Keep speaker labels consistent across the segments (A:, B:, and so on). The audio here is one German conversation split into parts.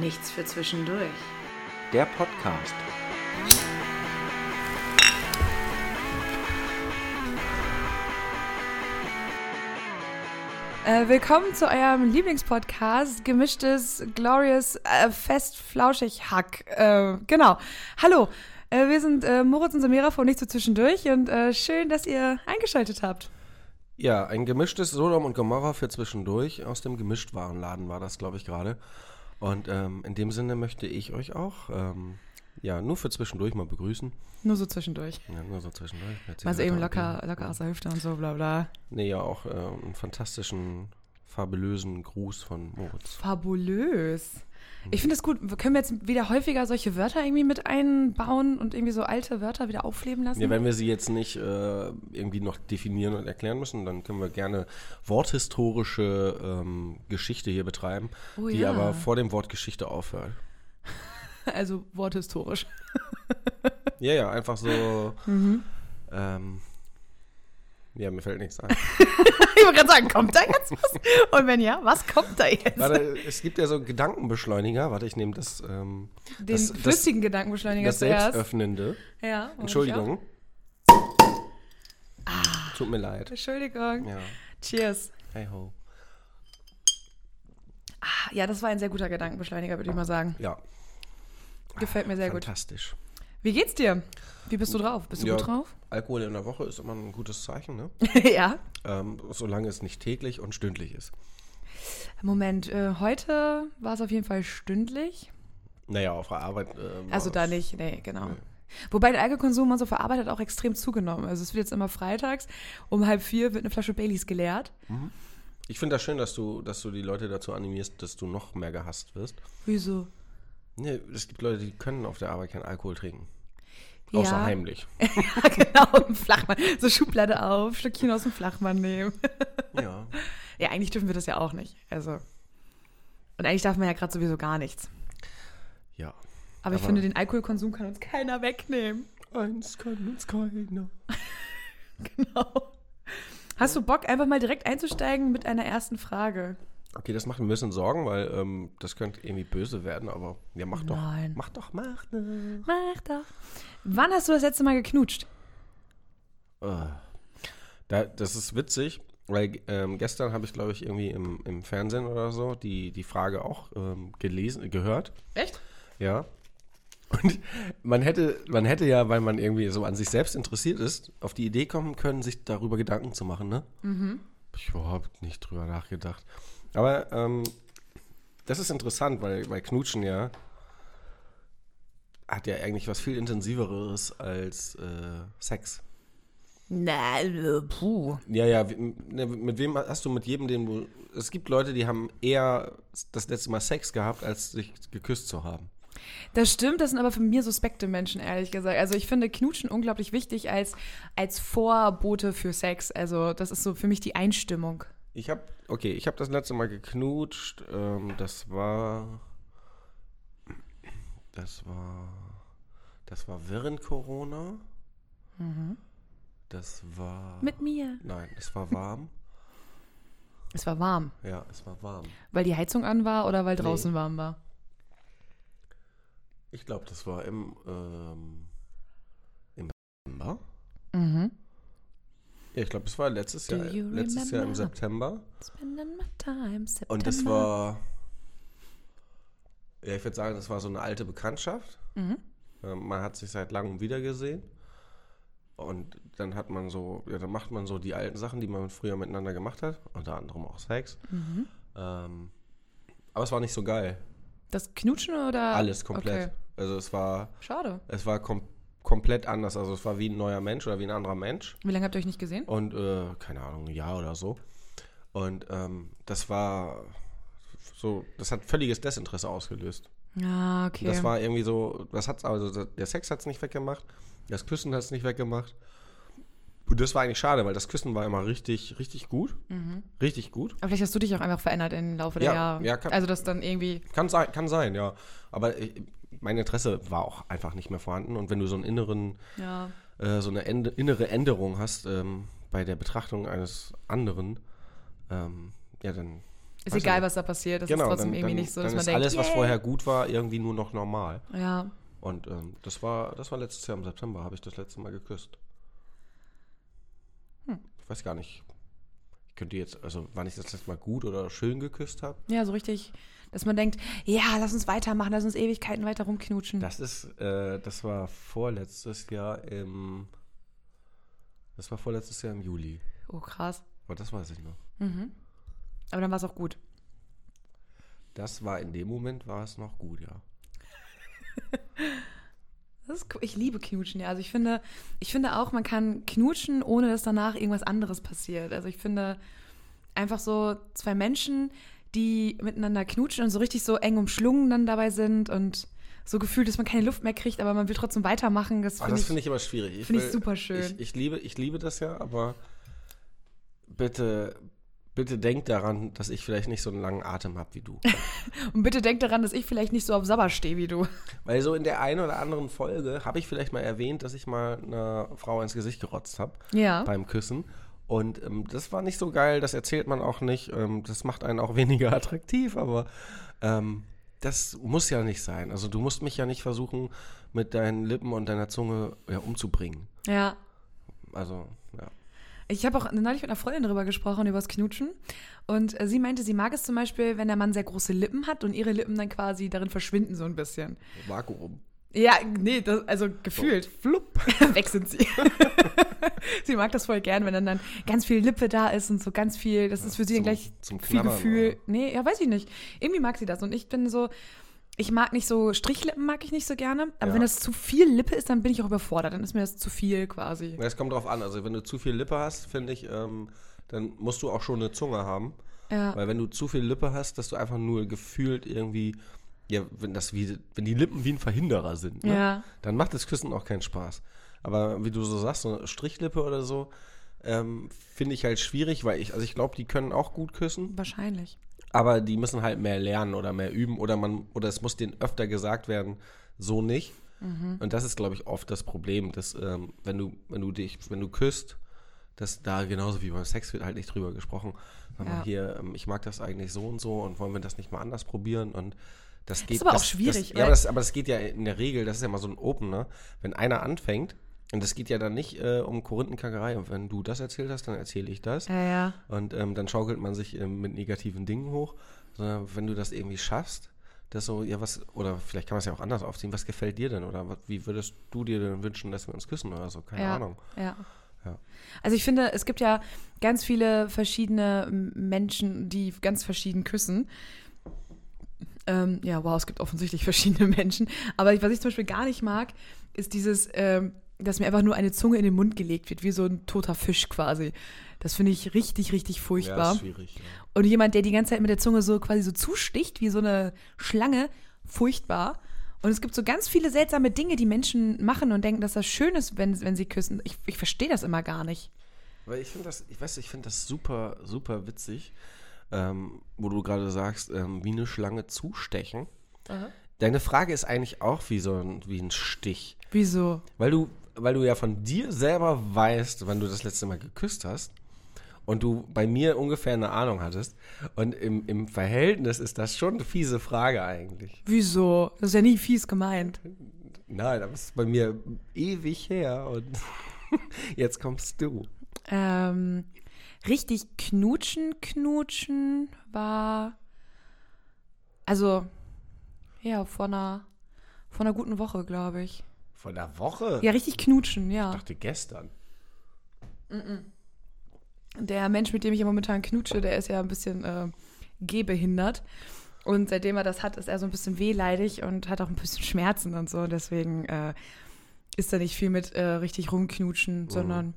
A: Nichts für zwischendurch.
B: Der Podcast.
C: Äh, willkommen zu eurem Lieblingspodcast, gemischtes, glorious, äh, fest, flauschig, hack. Äh, genau. Hallo, äh, wir sind äh, Moritz und Samira von Nicht so zwischendurch und äh, schön, dass ihr eingeschaltet habt.
D: Ja, ein gemischtes Sodom und Gomorra für zwischendurch. Aus dem Gemischtwarenladen war das, glaube ich, gerade. Und ähm, in dem Sinne möchte ich euch auch ähm, ja, nur für zwischendurch mal begrüßen.
C: Nur so zwischendurch.
D: Ja, nur so zwischendurch. Erzähl
C: Mal so
D: weiter.
C: eben locker, locker aus der Hüfte und so, bla bla.
D: Nee, ja, auch äh, einen fantastischen, fabulösen Gruß von Moritz.
C: Fabulös. Ich finde es gut. Wir Können wir jetzt wieder häufiger solche Wörter irgendwie mit einbauen und irgendwie so alte Wörter wieder aufleben lassen?
D: Ja, wenn wir sie jetzt nicht äh, irgendwie noch definieren und erklären müssen, dann können wir gerne worthistorische ähm, Geschichte hier betreiben,
C: Oh
D: die
C: ja.
D: aber vor dem Wort Geschichte aufhört.
C: also worthistorisch.
D: Ja, ja, einfach so.
C: Mhm.
D: Ähm, ja, mir fällt nichts ein.
C: Ich wollte gerade sagen, kommt da jetzt was? Und wenn ja, was kommt da jetzt?
D: Warte, es gibt ja so einen Gedankenbeschleuniger. Warte, ich nehme das, ähm,
C: Den
D: das, das,
C: flüssigen Gedankenbeschleuniger
D: das
C: zuerst.
D: Selbstöffnende.
C: Ja, und ich
D: Entschuldigung. Tut mir
C: auch.
D: leid.
C: Entschuldigung.
D: Ja,
C: Cheers.
D: hey ho.
C: Ah, Ja, das war ein sehr guter Gedankenbeschleuniger, würde ich mal sagen.
D: Ja,
C: Gefällt mir sehr gut.
D: fantastisch.
C: Wie geht's dir? Wie bist du drauf? Bist du
D: Ja.
C: gut drauf?
D: Alkohol in der Woche ist immer ein gutes Zeichen, ne?
C: ja.
D: ähm, solange es nicht täglich und stündlich ist.
C: Moment, äh, heute war es auf jeden Fall stündlich.
D: Naja, auf der Arbeit. ähm,
C: Also
D: war
C: da
D: es-
C: nicht, nee, genau. Wobei der Alkoholkonsum und so verarbeitet auch extrem zugenommen. Also es wird jetzt immer freitags, um halb vier wird eine Flasche Baileys geleert.
D: Ich finde das schön, dass du, dass du die Leute dazu animierst, dass du noch mehr gehasst wirst.
C: Wieso?
D: Nee, es gibt Leute, die können auf der Arbeit keinen Alkohol trinken. Außer
C: Ja.
D: heimlich.
C: Ja, genau, im Flachmann. So Schublade auf, Stückchen aus dem Flachmann nehmen.
D: Ja.
C: Ja, eigentlich dürfen wir das ja auch nicht. Also. Und eigentlich darf man ja gerade sowieso gar nichts.
D: Ja.
C: Aber ich
D: Aber-
C: finde, den Alkoholkonsum kann uns keiner wegnehmen.
D: Eins kann uns keiner.
C: Genau. Hast du Bock, einfach mal direkt einzusteigen mit einer ersten Frage?
D: Okay, das macht mir ein bisschen Sorgen, weil ähm, das könnte irgendwie böse werden, aber ja, mach doch.
C: Nein.
D: Mach doch, mach ne.
C: Mach doch. Wann hast du das letzte Mal geknutscht?
D: Äh, da, das ist witzig, weil ähm, gestern habe ich, glaube ich, irgendwie im, im Fernsehen oder so die, die Frage auch ähm, gelesen, gehört.
C: Echt?
D: Ja. Und man hätte, man hätte ja, weil man irgendwie so an sich selbst interessiert ist, auf die Idee kommen können, sich darüber Gedanken zu machen, ne? Mhm. Hab ich überhaupt nicht drüber nachgedacht. Aber ähm, das ist interessant, weil, weil Knutschen ja hat ja eigentlich was viel intensiveres als äh, Sex.
C: Na, äh, puh.
D: Ja, ja, wie- ne, mit wem hast du mit jedem, den du. Es gibt Leute, die haben eher das letzte Mal Sex gehabt, als sich geküsst zu haben.
C: Das stimmt, das sind aber für mir suspekte Menschen, ehrlich gesagt. Also ich finde Knutschen unglaublich wichtig als, als Vorbote für Sex. Also das ist so für mich die Einstimmung.
D: Ich habe, okay, ich habe das letzte Mal geknutscht. Ähm, das war, das war, das war während Corona. Das war.
C: Mhm. Mit mir.
D: Nein, es war warm.
C: Es war warm.
D: ja, es war warm.
C: Weil die Heizung an war oder weil draußen warm war?
D: Ich glaube, das war im ähm, im September.
C: Mhm.
D: Ja, ich glaube, es war letztes
C: Do
D: Jahr,
C: you
D: letztes Jahr im
C: remember?
D: September.
C: Spending my time, September.
D: Und das war, ja, ich würde sagen, das war so eine alte Bekanntschaft.
C: Mhm.
D: Ähm, Man hat sich seit langem wiedergesehen. Und dann hat man so, ja, dann macht man so die alten Sachen, die man früher miteinander gemacht hat, unter anderem auch Sex. Ähm, aber es war nicht so geil.
C: Das Knutschen oder?
D: Alles komplett.
C: Ah, Okay.
D: Also es war,
C: Schade.
D: es war kom komplett anders. Also es war wie ein neuer Mensch oder wie ein anderer Mensch.
C: Wie lange habt ihr euch nicht gesehen?
D: Und äh, keine Ahnung, ein Jahr oder so. Und ähm, das war so, das hat völliges Desinteresse ausgelöst.
C: Ah, okay.
D: Das war irgendwie so, das hat's, also da- der Sex hat es nicht weggemacht, das Küssen hat es nicht weggemacht. Und das war eigentlich schade, weil das Küssen war immer richtig, richtig gut.
C: Mhm.
D: Richtig gut.
C: aber vielleicht hast du dich auch einfach verändert im Laufe der
D: Ja,
C: Jahre.
D: ja, kann-
C: also das dann irgendwie.
D: Kann sein, kann sein, ja. Aber ich, mein Interesse war auch einfach nicht mehr vorhanden. Und wenn du so einen inneren,
C: Ja.
D: äh, so eine Ende, innere Änderung hast ähm, bei der Betrachtung eines anderen, ähm, ja, dann
C: Ist
D: Weiß
C: egal,
D: nicht.
C: was da passiert. Das
D: genau,
C: ist trotzdem
D: dann,
C: irgendwie
D: dann,
C: nicht so,
D: dann
C: dass man
D: ist
C: denkt,
D: alles, was
C: yay.
D: vorher gut war, irgendwie nur noch normal.
C: Ja.
D: Und ähm, das war, das war letztes Jahr im September, habe ich das letzte Mal geküsst. Ich weiß gar nicht. Ich könnte jetzt, also wann ich das letzte Mal gut oder schön geküsst habe.
C: ja, so richtig, dass man denkt, ja, lass uns weitermachen, lass uns Ewigkeiten weiter rumknutschen.
D: Das ist, äh, das war vorletztes Jahr im. Das war vorletztes Jahr im Juli.
C: oh, krass.
D: Aber das weiß ich noch.
C: Aber dann war es auch gut.
D: Das war in dem Moment war es noch gut, ja.
C: Das ist cool. Ich liebe Knutschen, ja. Also ich finde, ich finde auch, man kann knutschen, ohne dass danach irgendwas anderes passiert. Also ich finde einfach so zwei Menschen, die miteinander knutschen und so richtig so eng umschlungen dann dabei sind und so gefühlt, dass man keine Luft mehr kriegt, aber man will trotzdem weitermachen. Das
D: Ah,
C: finde
D: das
C: ich,
D: finde ich immer schwierig.
C: find ich
D: will-
C: superschön.
D: Ich, ich, liebe, ich liebe das ja, aber bitte, bitte denkt daran, dass ich vielleicht nicht so einen langen Atem habe wie du.
C: Und bitte denk daran, dass ich vielleicht nicht so auf Sabber stehe wie du.
D: Weil so in der einen oder anderen Folge habe ich vielleicht mal erwähnt, dass ich mal einer Frau ins Gesicht gerotzt habe
C: Ja.
D: beim Küssen. Und ähm, das war nicht so geil, das erzählt man auch nicht. Ähm, das macht einen auch weniger attraktiv, aber ähm, das muss ja nicht sein. Also du musst mich ja nicht versuchen, mit deinen Lippen und deiner Zunge ja, umzubringen.
C: Ja.
D: Also, ja.
C: Ich habe auch neulich mit einer Freundin drüber gesprochen, über das Knutschen. Und äh, sie meinte, sie mag es zum Beispiel, wenn der Mann sehr große Lippen hat und ihre Lippen dann quasi darin verschwinden, so ein bisschen.
D: Vakuum.
C: Ja, nee, das, also gefühlt. Flupp. Weg sind sie. sie mag das voll gern, wenn dann, dann ganz viel Lippe da ist und so ganz viel. Das ist für sie
D: zum-
C: gleich
D: zum
C: viel
D: Knabbern,
C: Gefühl.
D: oder?
C: Nee, ja, weiß ich nicht. Irgendwie mag sie das. Und ich bin so, ich mag nicht so, Strichlippen mag ich nicht so gerne. Aber
D: Ja.
C: wenn das zu viel Lippe ist, dann bin ich auch überfordert. Dann ist mir das zu viel quasi.
D: Ja, Es kommt drauf an. Also wenn du zu viel Lippe hast, finde ich, ähm, dann musst du auch schon eine Zunge haben.
C: Ja.
D: Weil wenn du zu viel Lippe hast, dass du einfach nur gefühlt irgendwie, ja, wenn das wie, wenn die Lippen wie ein Verhinderer sind, ne?
C: Ja.
D: dann macht das Küssen auch keinen Spaß. Aber wie du so sagst, so eine Strichlippe oder so, ähm, finde ich halt schwierig, weil ich, also ich glaube, die können auch gut küssen,
C: Wahrscheinlich.
D: aber die müssen halt mehr lernen oder mehr üben oder man, oder es muss denen öfter gesagt werden, so nicht.
C: Mhm.
D: Und das ist, glaube ich, oft das Problem, dass ähm, wenn du, wenn du dich, wenn du küsst, dass da genauso wie beim Sex wird halt nicht drüber gesprochen. Sag mal,
C: Ja.
D: hier, ähm, ich mag das eigentlich so und so und wollen wir das nicht mal anders probieren und das geht.
C: aber auch
D: das,
C: schwierig,
D: Das, ja,
C: weil-
D: aber das, aber das geht ja in der Regel, das ist ja mal so ein Opener, wenn einer anfängt. Und das geht ja dann nicht äh, um Korinthenkackerei. Und wenn du das erzählt hast, dann erzähle ich das.
C: Ja, ja.
D: Und ähm, dann schaukelt man sich ähm, mit negativen Dingen hoch. Sondern wenn du das irgendwie schaffst, das so, ja, was, oder vielleicht kann man es ja auch anders aufziehen, was gefällt dir denn? Oder was, wie würdest du dir denn wünschen, dass wir uns küssen oder so? Keine
C: ja,
D: Ahnung.
C: Ja.
D: Ja.
C: Also ich finde, es gibt ja ganz viele verschiedene M- Menschen, die ganz verschieden küssen. Ähm, ja, wow, es gibt offensichtlich verschiedene Menschen. Aber ich- was ich zum Beispiel gar nicht mag, ist dieses, ähm, dass mir einfach nur eine Zunge in den Mund gelegt wird, wie so ein toter Fisch quasi. Das finde ich richtig, richtig
D: Ja,
C: furchtbar.
D: ist schwierig. Ja.
C: Und jemand, der die ganze Zeit mit der Zunge so quasi so zusticht, wie so eine Schlange, furchtbar. Und es gibt so ganz viele seltsame Dinge, die Menschen machen und denken, dass das schön ist, wenn, wenn sie küssen. Ich, ich verstehe das immer gar nicht.
D: Weil ich finde das, ich weiß, ich finde das super, super witzig, ähm, wo du gerade sagst, ähm, wie eine Schlange zustechen. Deine Frage ist eigentlich auch wie so ein, wie ein Stich.
C: Wieso?
D: Weil du, weil du ja von dir selber weißt, wann du das letzte Mal geküsst hast. Und du bei mir ungefähr eine Ahnung hattest. Und im, im Verhältnis ist das schon eine fiese Frage eigentlich.
C: Wieso? Das ist ja nie fies gemeint.
D: Nein, aber es ist bei mir ewig her und jetzt kommst du.
C: Ähm, richtig knutschen, knutschen war. Also, ja, vor einer, vor einer guten Woche, glaube ich.
D: Vor einer Woche?
C: Ja, richtig knutschen, ja.
D: Ich dachte gestern.
C: der Mensch, mit dem ich ja momentan knutsche, der ist ja ein bisschen äh, gehbehindert. Und seitdem er das hat, ist er so ein bisschen wehleidig und hat auch ein bisschen Schmerzen und so. Deswegen äh, ist da nicht viel mit äh, richtig rumknutschen, sondern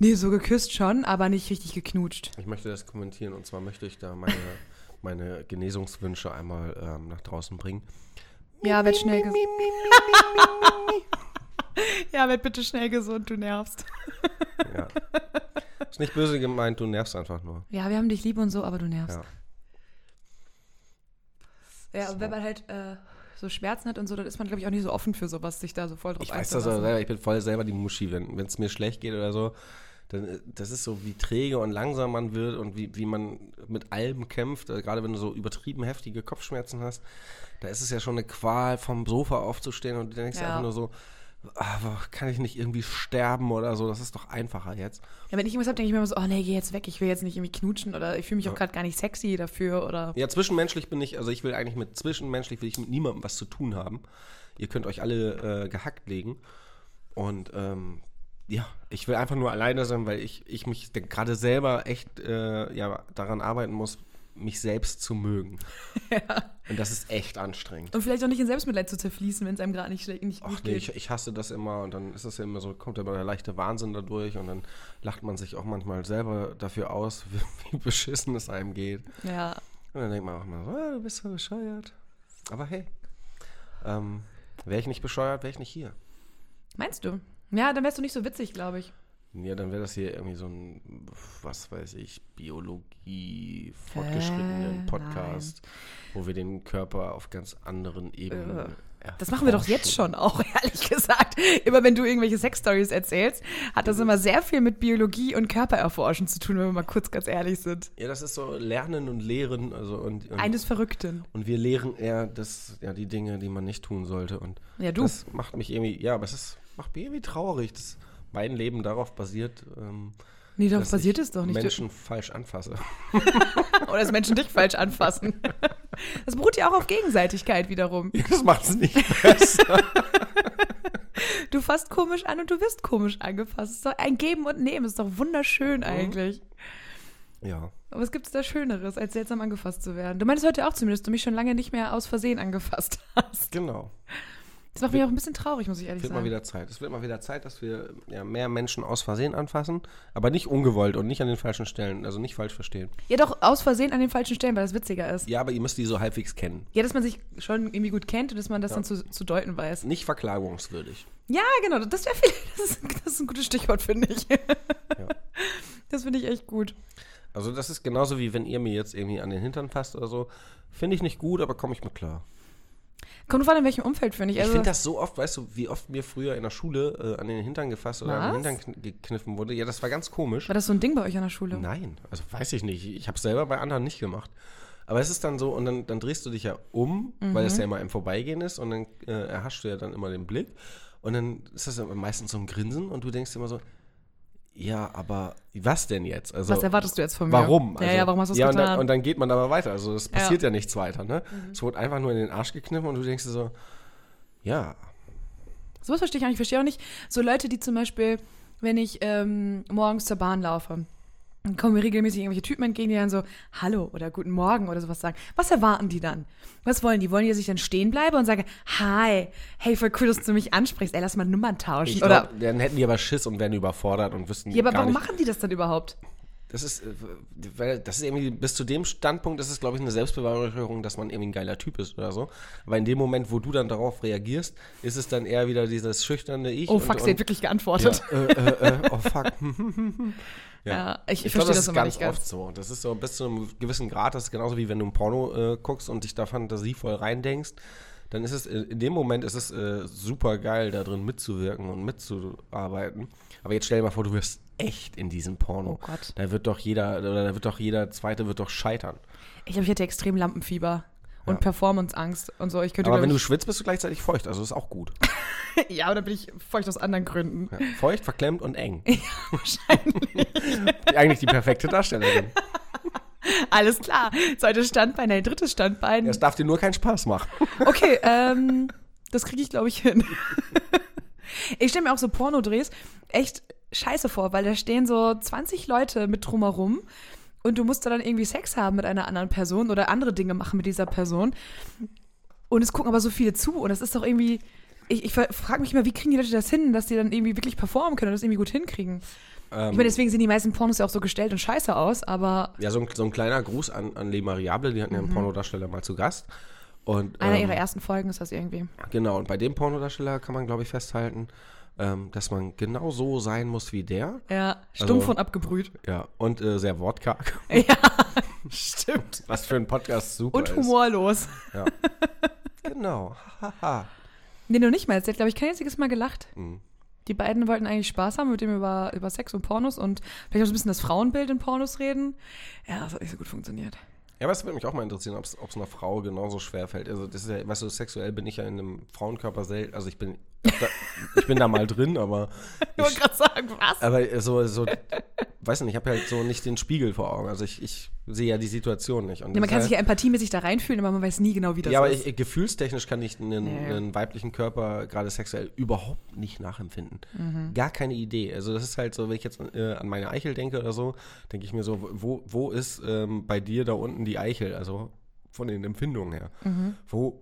C: nee, so geküsst schon, aber nicht richtig geknutscht.
D: Ich möchte das kommentieren und zwar möchte ich da meine, meine Genesungswünsche einmal ähm, nach draußen bringen.
C: Ja, werd schnell gesund. ja, werd bitte schnell gesund, du nervst.
D: Ja. Ist nicht böse gemeint, du nervst einfach nur.
C: Ja, wir haben dich lieb und so, aber du nervst.
D: Ja.
C: Ja, und wenn man halt äh, so Schmerzen hat und so, dann ist man, glaube ich, auch nicht so offen für sowas, sich da so voll drauf
D: Ich weiß das aber
C: einzulassen.
D: selber, ich bin voll selber die Muschi, wenn es mir schlecht geht oder so, dann, äh, das ist so, wie träge und langsam man wird und wie, wie man mit allem kämpft, äh, gerade wenn du so übertrieben heftige Kopfschmerzen hast, da ist es ja schon eine Qual, vom Sofa aufzustehen und du denkst dir
C: Ja.
D: einfach nur so, ah, wo- kann ich nicht irgendwie sterben oder so, das ist doch einfacher jetzt.
C: Ja, wenn ich irgendwas habe, denke ich mir immer so, oh nee, geh jetzt weg, ich will jetzt nicht irgendwie knutschen oder ich fühle mich auch gerade gar nicht sexy dafür oder.
D: Ja, zwischenmenschlich bin ich, also ich will eigentlich mit zwischenmenschlich will ich mit niemandem was zu tun haben. Ihr könnt euch alle äh, gehackt legen. Und ähm, ja, ich will einfach nur alleine sein, weil ich, ich mich denn gerade selber echt äh, ja, daran arbeiten muss, mich selbst zu mögen. Und das ist echt anstrengend.
C: Und vielleicht auch nicht in Selbstmitleid zu zerfließen, wenn es einem gerade nicht schlecht nicht
D: Ach
C: gut
D: nee,
C: geht.
D: ich, ich hasse das immer und dann ist das ja immer so, kommt immer der leichte Wahnsinn dadurch und dann lacht man sich auch manchmal selber dafür aus, wie, wie beschissen es einem geht.
C: Ja.
D: Und dann denkt man auch mal so, ah, du bist so bescheuert. Aber hey, ähm, wäre ich nicht bescheuert, wäre ich nicht hier.
C: Meinst du? Ja, dann wärst du nicht so witzig, glaube ich.
D: Ja, dann wäre das hier irgendwie so ein, was weiß ich, Biologie, fortgeschrittenen
C: Äh,
D: Podcast, wo wir den Körper auf ganz anderen Ebenen.
C: Das machen wir doch jetzt schon auch, ehrlich gesagt. Immer wenn du irgendwelche Sex-Stories erzählst, hat
D: Mhm.
C: das immer sehr viel mit Biologie und Körpererforschen zu tun, wenn wir mal kurz ganz ehrlich sind.
D: Ja, das ist so Lernen und Lehren. Also und, und,
C: Eines Verrückten.
D: und wir lehren eher das, ja, die Dinge, die man nicht tun sollte. Und
C: Ja, du.
D: das macht mich irgendwie, ja, aber es ist, macht mich irgendwie traurig, dass mein Leben darauf basiert, ähm,
C: Nee, doch,
D: dass
C: passiert
D: ich
C: es doch nicht.
D: Menschen falsch anfasse.
C: Oder dass Menschen dich falsch anfassen. Das beruht ja auch auf Gegenseitigkeit wiederum.
D: Das macht es nicht besser.
C: Du fasst komisch an und du wirst komisch angefasst. Ist doch ein Geben und Nehmen. Ist doch wunderschön
D: Mhm.
C: eigentlich.
D: ja.
C: Aber was gibt's da Schöneres, als seltsam angefasst zu werden? Du meinst heute auch zumindest, dass du mich schon lange nicht mehr aus Versehen angefasst hast.
D: Genau.
C: Das macht mich auch ein bisschen traurig, muss ich ehrlich
D: Es wird mal
C: sagen.
D: wieder Zeit. Es wird mal wieder Zeit, dass wir ja, mehr Menschen aus Versehen anfassen, aber nicht ungewollt und nicht an den falschen Stellen, also nicht falsch verstehen.
C: Ja, doch, aus Versehen an den falschen Stellen, weil das witziger ist.
D: Ja, aber ihr müsst die so halbwegs kennen.
C: Ja, dass man sich schon irgendwie gut kennt und dass man das dann zu, zu deuten weiß.
D: Nicht verklagungswürdig.
C: Ja, genau, das wäre viel. Das ist, das ist ein gutes Stichwort, finde ich. Das finde ich echt gut.
D: Also das ist genauso wie wenn ihr mir jetzt irgendwie an den Hintern fasst oder so. Finde ich nicht gut, aber komme ich mit klar.
C: Kommt drauf an, in welchem Umfeld, finde ich.
D: Ich
C: Also,
D: finde das so oft, weißt du, wie oft mir früher in der Schule äh, an den Hintern gefasst oder an den
C: Was?
D: Hintern kn- gekniffen wurde. Ja, das war ganz komisch.
C: war das so ein Ding bei euch an der Schule?
D: Nein, also weiß ich nicht. Ich habe es selber bei anderen nicht gemacht. Aber es ist dann so, und dann, dann drehst du dich ja um, weil
C: Mhm.
D: es ja immer im Vorbeigehen ist, und dann äh, erhaschst du ja dann immer den Blick. Und dann ist das ja meistens so ein Grinsen, und du denkst dir immer so, ja, aber was denn jetzt? Also,
C: Was erwartest du jetzt von mir?
D: Warum? Also,
C: Ja, ja, warum hast du es
D: ja, Und
C: getan? Mhm.
D: dann, und dann geht man aber weiter. Also es passiert ja, nichts weiter. Ne? Es wurde einfach nur in den Arsch gekniffen und du denkst dir so, ja,
C: Sowas verstehe ich auch nicht. Ich verstehe auch nicht so Leute, die zum Beispiel, wenn ich ähm, morgens zur Bahn laufe, dann kommen mir regelmäßig irgendwelche Typen entgegen, die dann so Hallo oder Guten Morgen oder sowas sagen. Was erwarten die dann? Was wollen die? Wollen die, dass ich dann stehen bleibe und sage Hi, hey, voll cool, dass du mich ansprichst. Ey, lass mal Nummern tauschen.
D: ich
C: oder
D: glaub, dann hätten die aber Schiss und wären überfordert und wüssten
C: ja, aber
D: gar
C: warum
D: nicht,
C: machen die das dann überhaupt?
D: Das ist, äh, weil das ist irgendwie, bis zu dem Standpunkt ist es, glaube ich, eine Selbstbeweihräucherung, dass man irgendwie ein geiler Typ ist oder so. Aber in dem Moment, wo du dann darauf reagierst, ist es dann eher wieder dieses schüchterne Ich.
C: Oh
D: und-
C: fuck,
D: und,
C: sie hat wirklich
D: ja,
C: geantwortet.
D: äh, äh, äh, Oh fuck. Hm, hm, hm, hm.
C: Ja, ich, ich,
D: glaub,
C: verstehe das,
D: ist
C: immer
D: ganz
C: nicht ganz.
D: oft so. Das ist so bis zu einem gewissen Grad, das ist genauso wie wenn du ein Porno äh, guckst und dich da fantasievoll reindenkst. Dann ist es, äh, in dem Moment ist es äh, super geil, da drin mitzuwirken und mitzuarbeiten. Aber jetzt stell dir mal vor, du wirst echt in diesem Porno.
C: Oh Gott.
D: Da wird doch jeder, oder da wird doch jeder Zweite wird doch scheitern.
C: Ich glaube, ich hätte extrem Lampenfieber und
D: Ja.
C: Performanceangst und so. Ich könnte,
D: Aber wenn
C: glaub
D: du schwitzt, bist du gleichzeitig feucht. Also ist auch gut.
C: ich, ja, aber dann bin ich feucht aus anderen Gründen.
D: Ja. Feucht, verklemmt und eng. wahrscheinlich. Eigentlich die perfekte Darstellerin.
C: Alles klar. Zweites Standbein, nein, drittes Standbein.
D: Es darf dir nur keinen Spaß machen.
C: Okay, ähm, das kriege ich, glaube ich, hin. Ich stelle mir auch so Pornodrehs echt scheiße vor, weil da stehen so 20 Leute mit drumherum und du musst da dann irgendwie Sex haben mit einer anderen Person oder andere Dinge machen mit dieser Person. Und es gucken aber so viele zu und das ist doch irgendwie. Ich, ich frage mich immer, wie kriegen die Leute das hin, dass die dann irgendwie wirklich performen können und das irgendwie gut hinkriegen?
D: Ähm.
C: ich meine, deswegen sehen die meisten Pornos ja auch so gestellt und scheiße aus, aber
D: Ja, so ein, so ein kleiner Gruß an, an Le Mariable, die hatten ja einen Pornodarsteller mal zu Gast. Und,
C: Mhm. einer
D: ähm,
C: ihrer ersten Folgen ist das irgendwie.
D: Genau, und bei dem Pornodarsteller kann man, glaube ich, festhalten, ähm, dass man genau so sein muss wie der.
C: Ja, stumpf
D: also-
C: und abgebrüht.
D: Ja, und äh, sehr wortkarg.
C: Ja, stimmt.
D: Was für ein Podcast super
C: Und humorlos.
D: ist. Ja. Genau. Hahaha.
C: Nee, noch nicht mal. Sie hat, glaube ich, kein einziges Mal gelacht. Die beiden wollten eigentlich Spaß haben, mit dem über, über Sex und Pornos und vielleicht auch so ein bisschen das Frauenbild in Pornos reden. Ja, das hat nicht so gut funktioniert.
D: Ja, aber es würde mich auch mal interessieren, ob es einer Frau genauso schwer fällt. Also, das ist ja, weißt du, sexuell bin ich ja in einem Frauenkörper selten. Also, ich bin, öfter- ich bin da mal drin, aber.
C: Ich wollte gerade sagen, was?
D: Aber äh, so, so weiß nicht, ich habe halt so nicht den Spiegel vor Augen. Also, ich, ich sehe ja die Situation nicht. Und
C: Ja, man kann sich
D: deshalb-
C: ja empathiemäßig da reinfühlen, aber man weiß nie genau, wie das
D: ja, aber
C: ist.
D: ich, äh, gefühlstechnisch kann ich einen,
C: Ja, ja.
D: einen weiblichen Körper gerade sexuell überhaupt nicht nachempfinden.
C: Mhm.
D: Gar keine Idee. Also das ist halt so, wenn ich jetzt äh, an meine Eichel denke oder so, denke ich mir so, wo, wo ist ähm, bei dir da unten die Eichel? Also von den Empfindungen her.
C: Mhm.
D: Wo,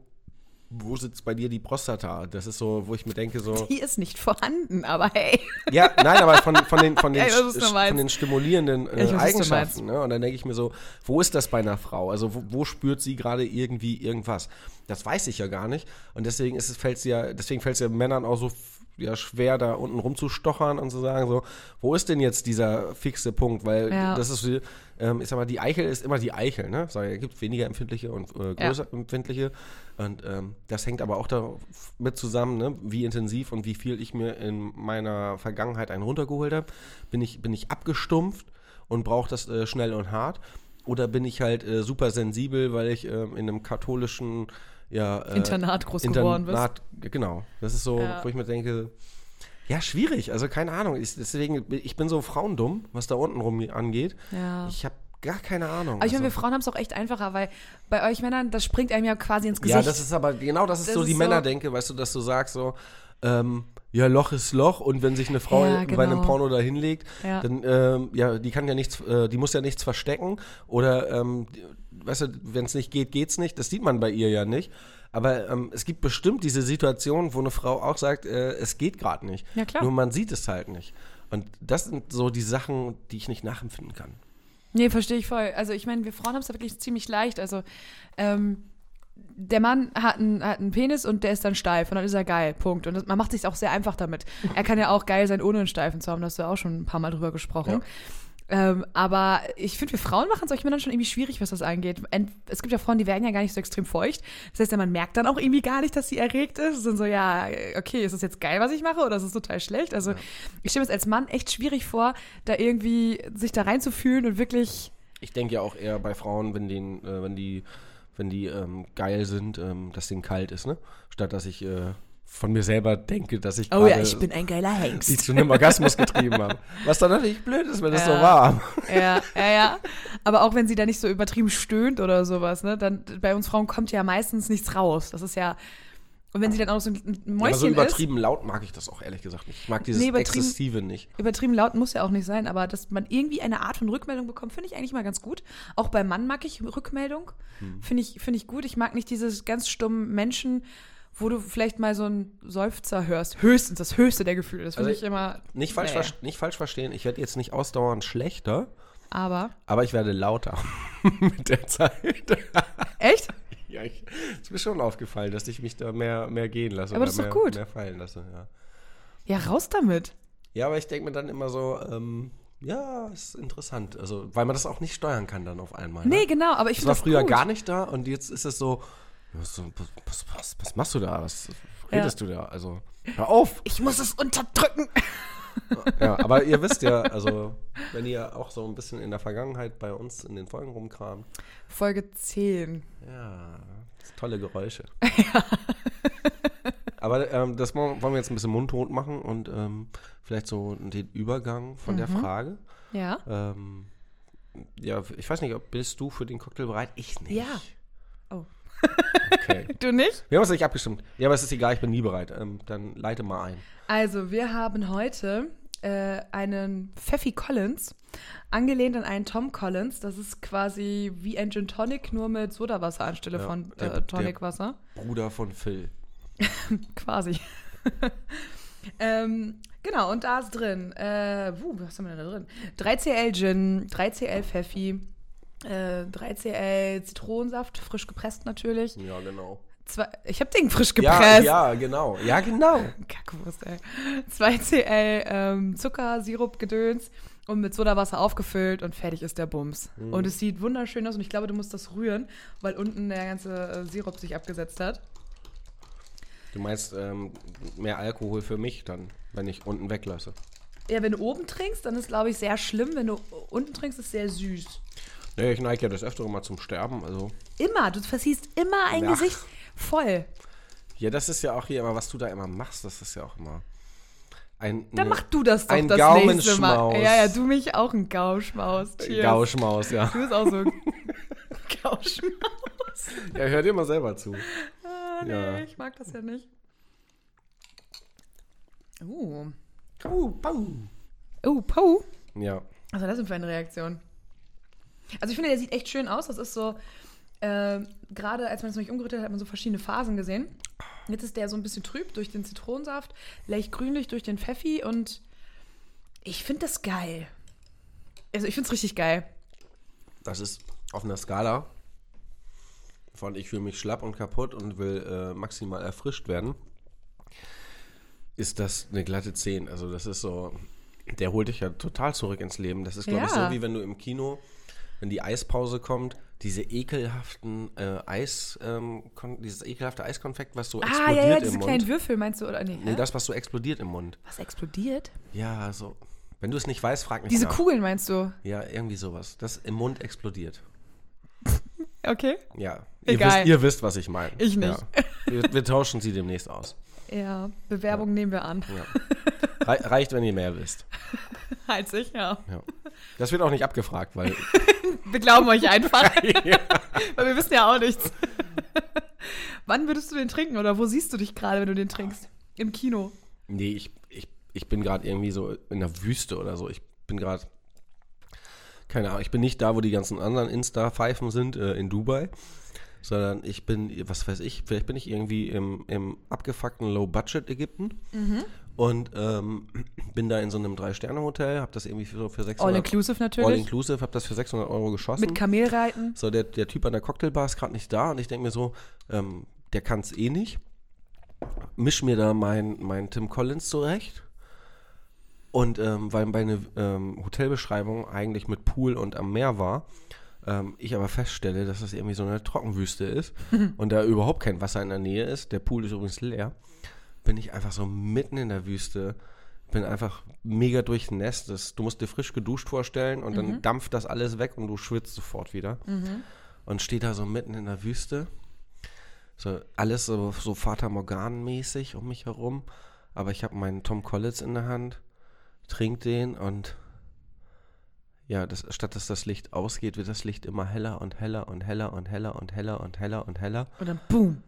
D: wo sitzt bei dir die Prostata? Das ist so, wo ich mir denke so,
C: die ist nicht vorhanden, aber hey.
D: ja, nein, aber von, von, den, von, den,
C: Ja, ich weiß, was du
D: st-
C: meinst.
D: von den stimulierenden
C: Ich weiß,
D: äh,
C: was du
D: Eigenschaften. Ne? Und dann denke ich mir so, wo ist das bei einer Frau? Also wo, wo spürt sie gerade irgendwie irgendwas? Das weiß ich ja gar nicht. Und deswegen ist es fällt's ja, deswegen fällt es ja Männern auch so f- ja, schwer, da unten rumzustochern und zu sagen, so, wo ist denn jetzt dieser fixe Punkt? Weil
C: Ja.
D: das ist, wie, ähm, ich sag mal, die Eichel ist immer die Eichel, ne? Sag ich, es gibt weniger empfindliche und
C: Ja.
D: äh, größer empfindliche. Und ähm, das hängt aber auch damit zusammen, ne? wie intensiv und wie viel ich mir in meiner Vergangenheit einen runtergeholt habe. Bin ich, bin ich abgestumpft und brauche das äh, schnell und hart? Oder bin ich halt äh, super sensibel, weil ich ähm, in einem katholischen ja, äh,
C: Internat groß geworden bist.
D: Internat, Genau. Das ist so,
C: Ja.
D: wo ich mir denke, ja, schwierig. Also keine Ahnung. Ich, deswegen, ich bin so frauendumm, was da unten rum angeht.
C: Ja.
D: Ich habe gar keine Ahnung.
C: Aber ich meine, wir
D: also,
C: Frauen haben es auch echt einfacher, weil bei euch Männern, das springt einem ja quasi ins Gesicht.
D: ja, das ist aber genau das ist
C: Das
D: so die
C: ist so-
D: Männerdenke, weißt du, dass du sagst so, ähm, ja, Loch ist Loch und wenn sich eine Frau
C: Ja,
D: bei
C: genau.
D: einem Porno da hinlegt,
C: Ja.
D: dann ähm, ja, die kann ja nichts, äh, die muss ja nichts verstecken oder ähm, die- weißt du, wenn es nicht geht, geht's nicht. Das sieht man bei ihr ja nicht. Aber ähm, es gibt bestimmt diese Situation, wo eine Frau auch sagt, äh, es geht gerade nicht.
C: Ja, klar.
D: Nur man sieht es halt nicht. Und das sind so die Sachen, die ich nicht nachempfinden kann.
C: Nee, verstehe ich voll. Also ich meine, wir Frauen haben es da wirklich ziemlich leicht. Also ähm, der Mann hat einen, hat einen Penis und der ist dann steif und dann ist er geil, Punkt. Und das, man macht sich auch sehr einfach damit. Er kann ja auch geil sein, ohne einen Steifen zu haben, da hast du ja auch schon ein paar Mal drüber gesprochen. Ähm, aber ich finde, wir Frauen machen es euch Männern schon irgendwie schwierig, was das angeht. Ent es gibt ja Frauen, die werden ja gar nicht so extrem feucht. Das heißt, ja, man merkt dann auch irgendwie gar nicht, dass sie erregt ist. Sind so, ja, okay, ist das jetzt geil, was ich mache oder ist es total schlecht? Also ich stelle mir es als Mann echt schwierig vor, da irgendwie sich da reinzufühlen und wirklich
D: Ich denke ja auch eher bei Frauen, wenn denen, äh, wenn die, wenn die ähm, geil sind, ähm, dass denen kalt ist, ne? Statt dass ich äh, von mir selber denke, dass ich
C: oh
D: gerade
C: ein geiler
D: sie
C: Hengst.
D: zu einem Orgasmus getrieben habe. Was dann natürlich blöd ist, wenn das so
C: Ja.
D: war.
C: ja, ja, ja. Aber auch wenn sie da nicht so übertrieben stöhnt oder sowas, ne? Dann bei uns Frauen kommt ja meistens nichts raus. Das ist ja. Und wenn sie dann auch so ein
D: Aber so
C: Mäuschen ist.
D: übertrieben laut mag ich das auch ehrlich gesagt nicht. Ich mag dieses
C: Nee, übertrieben-
D: Exzessive nicht.
C: Übertrieben laut muss ja auch nicht sein, aber dass man irgendwie eine Art von Rückmeldung bekommt, finde ich eigentlich mal ganz gut. Auch beim Mann mag ich Rückmeldung.
D: Hm.
C: Finde ich, finde ich gut. Ich mag nicht dieses ganz stummen Menschen, wo du vielleicht mal so einen Seufzer hörst. Höchstens, das höchste der Gefühle. Das finde
D: Also
C: ich immer.
D: Nicht falsch,
C: nee.
D: ver- nicht falsch verstehen, ich werde jetzt nicht ausdauernd schlechter,
C: Aber.
D: aber ich werde lauter mit der Zeit.
C: Echt?
D: ja, ich, ist mir schon aufgefallen, dass ich mich da mehr, mehr gehen lasse.
C: Aber
D: oder
C: das ist doch
D: mehr,
C: gut.
D: mehr fallen lasse, ja.
C: Ja, raus damit.
D: Ja, aber ich denke mir dann immer so, ähm, ja, ist interessant. Also, weil man das auch nicht steuern kann dann auf einmal.
C: Nee,
D: ne?
C: genau, aber ich
D: Das
C: finde
D: war
C: das
D: früher
C: gut.
D: gar nicht da und jetzt ist es so, ja, so, was, was, was machst du da? Was redest du da? Also, hör auf!
C: Ich muss es unterdrücken.
D: ja, aber ihr wisst ja, also, wenn ihr auch so ein bisschen in der Vergangenheit bei uns in den Folgen rumkramt,
C: Folge 10.
D: ja, das sind tolle Geräusche. Aber ähm, das wollen wollen wir jetzt ein bisschen mundtot machen und ähm, vielleicht so den Übergang von
C: Mhm.
D: der Frage.
C: Ja.
D: Ähm, ja, ich weiß nicht, ob bist du für den Cocktail bereit? Ich nicht.
C: Ja. Oh.
D: Okay.
C: Du nicht?
D: Wir haben uns nicht abgestimmt. Ja, aber es ist egal, ich bin nie bereit. Ähm, dann leite mal ein.
C: Also, wir haben heute äh, einen Pfeffi Collins, angelehnt an einen Tom Collins. Das ist quasi wie ein Gin Tonic, nur mit Sodawasser anstelle
D: Ja,
C: von
D: der-
C: äh,
D: der-
C: Tonicwasser.
D: Bruder von Phil.
C: Quasi. ähm, genau, und da ist drin, äh, wuh, was haben wir denn da drin? 3CL Gin, 3CL Pfeffi, äh, 3CL Zitronensaft, frisch gepresst natürlich.
D: Ja, genau.
C: Zwei, ich habe den frisch
D: Ja,
C: gepresst.
D: ja, genau. Ja, genau.
C: Kackwurst, ey. 2CL ähm, Zucker, Sirup, Gedöns und mit Sodawasser aufgefüllt und fertig ist der Bums.
D: Mhm.
C: Und es sieht wunderschön aus und ich glaube, du musst das rühren, weil unten der ganze äh, Sirup sich abgesetzt hat.
D: Du meinst ähm, mehr Alkohol für mich dann, wenn ich unten weglasse.
C: Ja, wenn du oben trinkst, dann ist glaube ich sehr schlimm. Wenn du unten trinkst, ist sehr süß.
D: Naja, ich neige ja das öfter mal zum Sterben. Also.
C: Immer, du versiehst immer ein
D: Ja.
C: Gesicht voll.
D: Ja, das ist ja auch hier, aber was du da immer machst, das ist ja auch immer. Ein,
C: Dann
D: ne-
C: mach du das doch
D: ein
C: das nächste Mal.
D: Gaumenschmaus.
C: Ja, ja, du mich auch ein Gauschmaus. Cheers.
D: Gauschmaus, ja.
C: Du bist auch so ein Gauschmaus.
D: ja. Hör dir mal selber zu.
C: Ah, nee,
D: Ja.
C: ich mag das ja nicht. Uh.
D: Au, au.
C: Oh, Pau.
D: Ja.
C: Was war das denn für eine Reaktion? Also ich finde, der sieht echt schön aus. Das ist so, äh, gerade als man es noch nicht umgerührt hat, hat man so verschiedene Phasen gesehen. Jetzt ist der so ein bisschen trüb durch den Zitronensaft, leicht grünlich durch den Pfeffi und ich finde das geil. Also ich finde es richtig geil.
D: Das ist auf einer Skala von ich fühle mich schlapp und kaputt und will äh, maximal erfrischt werden, ist das eine glatte 10. Also das ist so, der holt dich ja total zurück ins Leben. Das ist, glaube ich,
C: Ja.
D: so wie wenn du im Kino, wenn die Eispause kommt, diese ekelhaften äh, Eis, ähm, kon- dieses ekelhafte Eiskonfekt, was so
C: Ah,
D: explodiert
C: ja, ja,
D: im
C: diese
D: Mund.
C: kleinen ne? Würfel meinst du, oder? Nee,
D: nee,
C: hä?
D: das, was so explodiert im Mund.
C: Was explodiert?
D: Ja, so. Wenn du es nicht weißt, frag mich
C: Diese
D: nach.
C: Kugeln meinst du?
D: Ja, irgendwie sowas. Das im Mund explodiert.
C: Okay.
D: Ja,
C: Egal.
D: Ihr, wisst, ihr wisst, was ich meine.
C: Ich nicht.
D: Ja. Wir, wir tauschen sie demnächst aus.
C: Ja, Bewerbung nehmen wir an.
D: Ja. Rei reicht, wenn ihr mehr wisst.
C: Halt sich, ja.
D: Ja. Das wird auch nicht abgefragt, weil
C: Wir glauben euch einfach. Weil wir wissen ja auch nichts. Wann würdest du den trinken oder wo siehst du dich gerade, wenn du den trinkst? Im Kino.
D: nee, ich, ich, ich bin gerade irgendwie so in der Wüste oder so. Ich bin gerade keine Ahnung. Ich bin nicht da, wo die ganzen anderen Insta-Pfeifen sind äh, in Dubai, sondern ich bin, was weiß ich, vielleicht bin ich irgendwie im, im abgefuckten Low-Budget-Ägypten
C: Mhm.
D: und ähm, bin da in so einem Drei-Sterne-Hotel, habe das irgendwie für, so für
C: Oh,
D: 600
C: All-inclusive natürlich.
D: All-Inclusive, habe das für 600 Euro geschossen.
C: Mit Kamelreiten.
D: So, der, der Typ an der Cocktailbar ist gerade nicht da und ich denke mir so, ähm, der kann es eh nicht. Misch mir da mein, mein Tim Collins zurecht. Und ähm, weil meine ähm, Hotelbeschreibung eigentlich mit Pool und am Meer war, ähm, ich aber feststelle, dass das irgendwie so eine Trockenwüste ist und da überhaupt kein Wasser in der Nähe ist, der Pool ist übrigens leer, bin ich einfach so mitten in der Wüste, bin einfach mega durchnässt. Das- Du musst dir frisch geduscht vorstellen und
C: Mhm.
D: dann dampft das alles weg und du schwitzt sofort wieder. Und steht da so mitten in der Wüste. So, alles so, so Vater Morgan-mäßig um mich herum. Aber ich habe meinen Tom Collins in der Hand, trink den und ja, das, statt dass das Licht ausgeht, wird das Licht immer heller und heller und heller und heller und heller und heller und heller.
C: Und dann boom.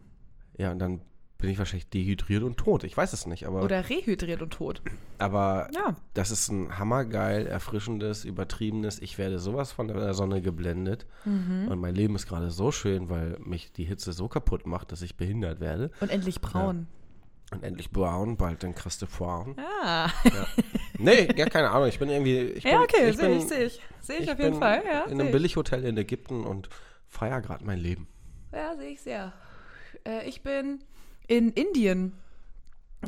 D: Ja, und dann bin ich wahrscheinlich dehydriert und tot. Ich weiß es nicht, aber,
C: Oder rehydriert und tot.
D: aber
C: Ja.
D: das ist ein hammergeil, erfrischendes, übertriebenes. Ich werde sowas von der Sonne geblendet.
C: Mhm.
D: Und mein Leben ist gerade so schön, weil mich die Hitze so kaputt macht, dass ich behindert werde.
C: Und endlich braun.
D: Und endlich braun, bald dann kriegst du braun.
C: Ja. Ah.
D: Nee, ja, keine Ahnung. Ich bin irgendwie. Ich bin,
C: Ja, okay,
D: ich
C: sehe
D: bin-
C: ich, sehe ich. Sehe ich,
D: ich
C: auf jeden
D: bin
C: Fall. Ja,
D: in
C: sehe
D: einem
C: ich.
D: Billighotel in Ägypten und feier gerade mein Leben.
C: Ja, sehe ich sehr. Äh, ich bin in Indien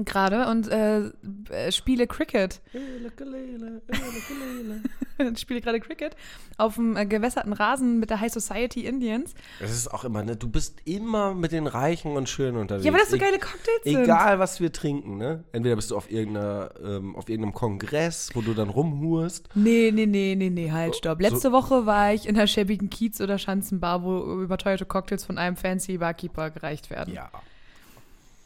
C: gerade und äh, äh, spiele Cricket. spiele gerade Cricket auf dem äh, gewässerten Rasen mit der High Society Indiens.
D: Es ist auch immer, ne? Du bist immer mit den Reichen und Schönen unterwegs.
C: Ja, weil das so
D: E-
C: geile Cocktails sind.
D: Egal, was wir trinken, ne? Entweder bist du auf, irgendeiner, ähm, auf irgendeinem Kongress, wo du dann rumhurst.
C: Nee, nee, nee, nee, nee, halt, stopp. Letzte Woche war ich in einer schäbigen Kiez- oder Schanzenbar, wo überteuerte Cocktails von einem fancy Barkeeper gereicht werden.
D: Ja.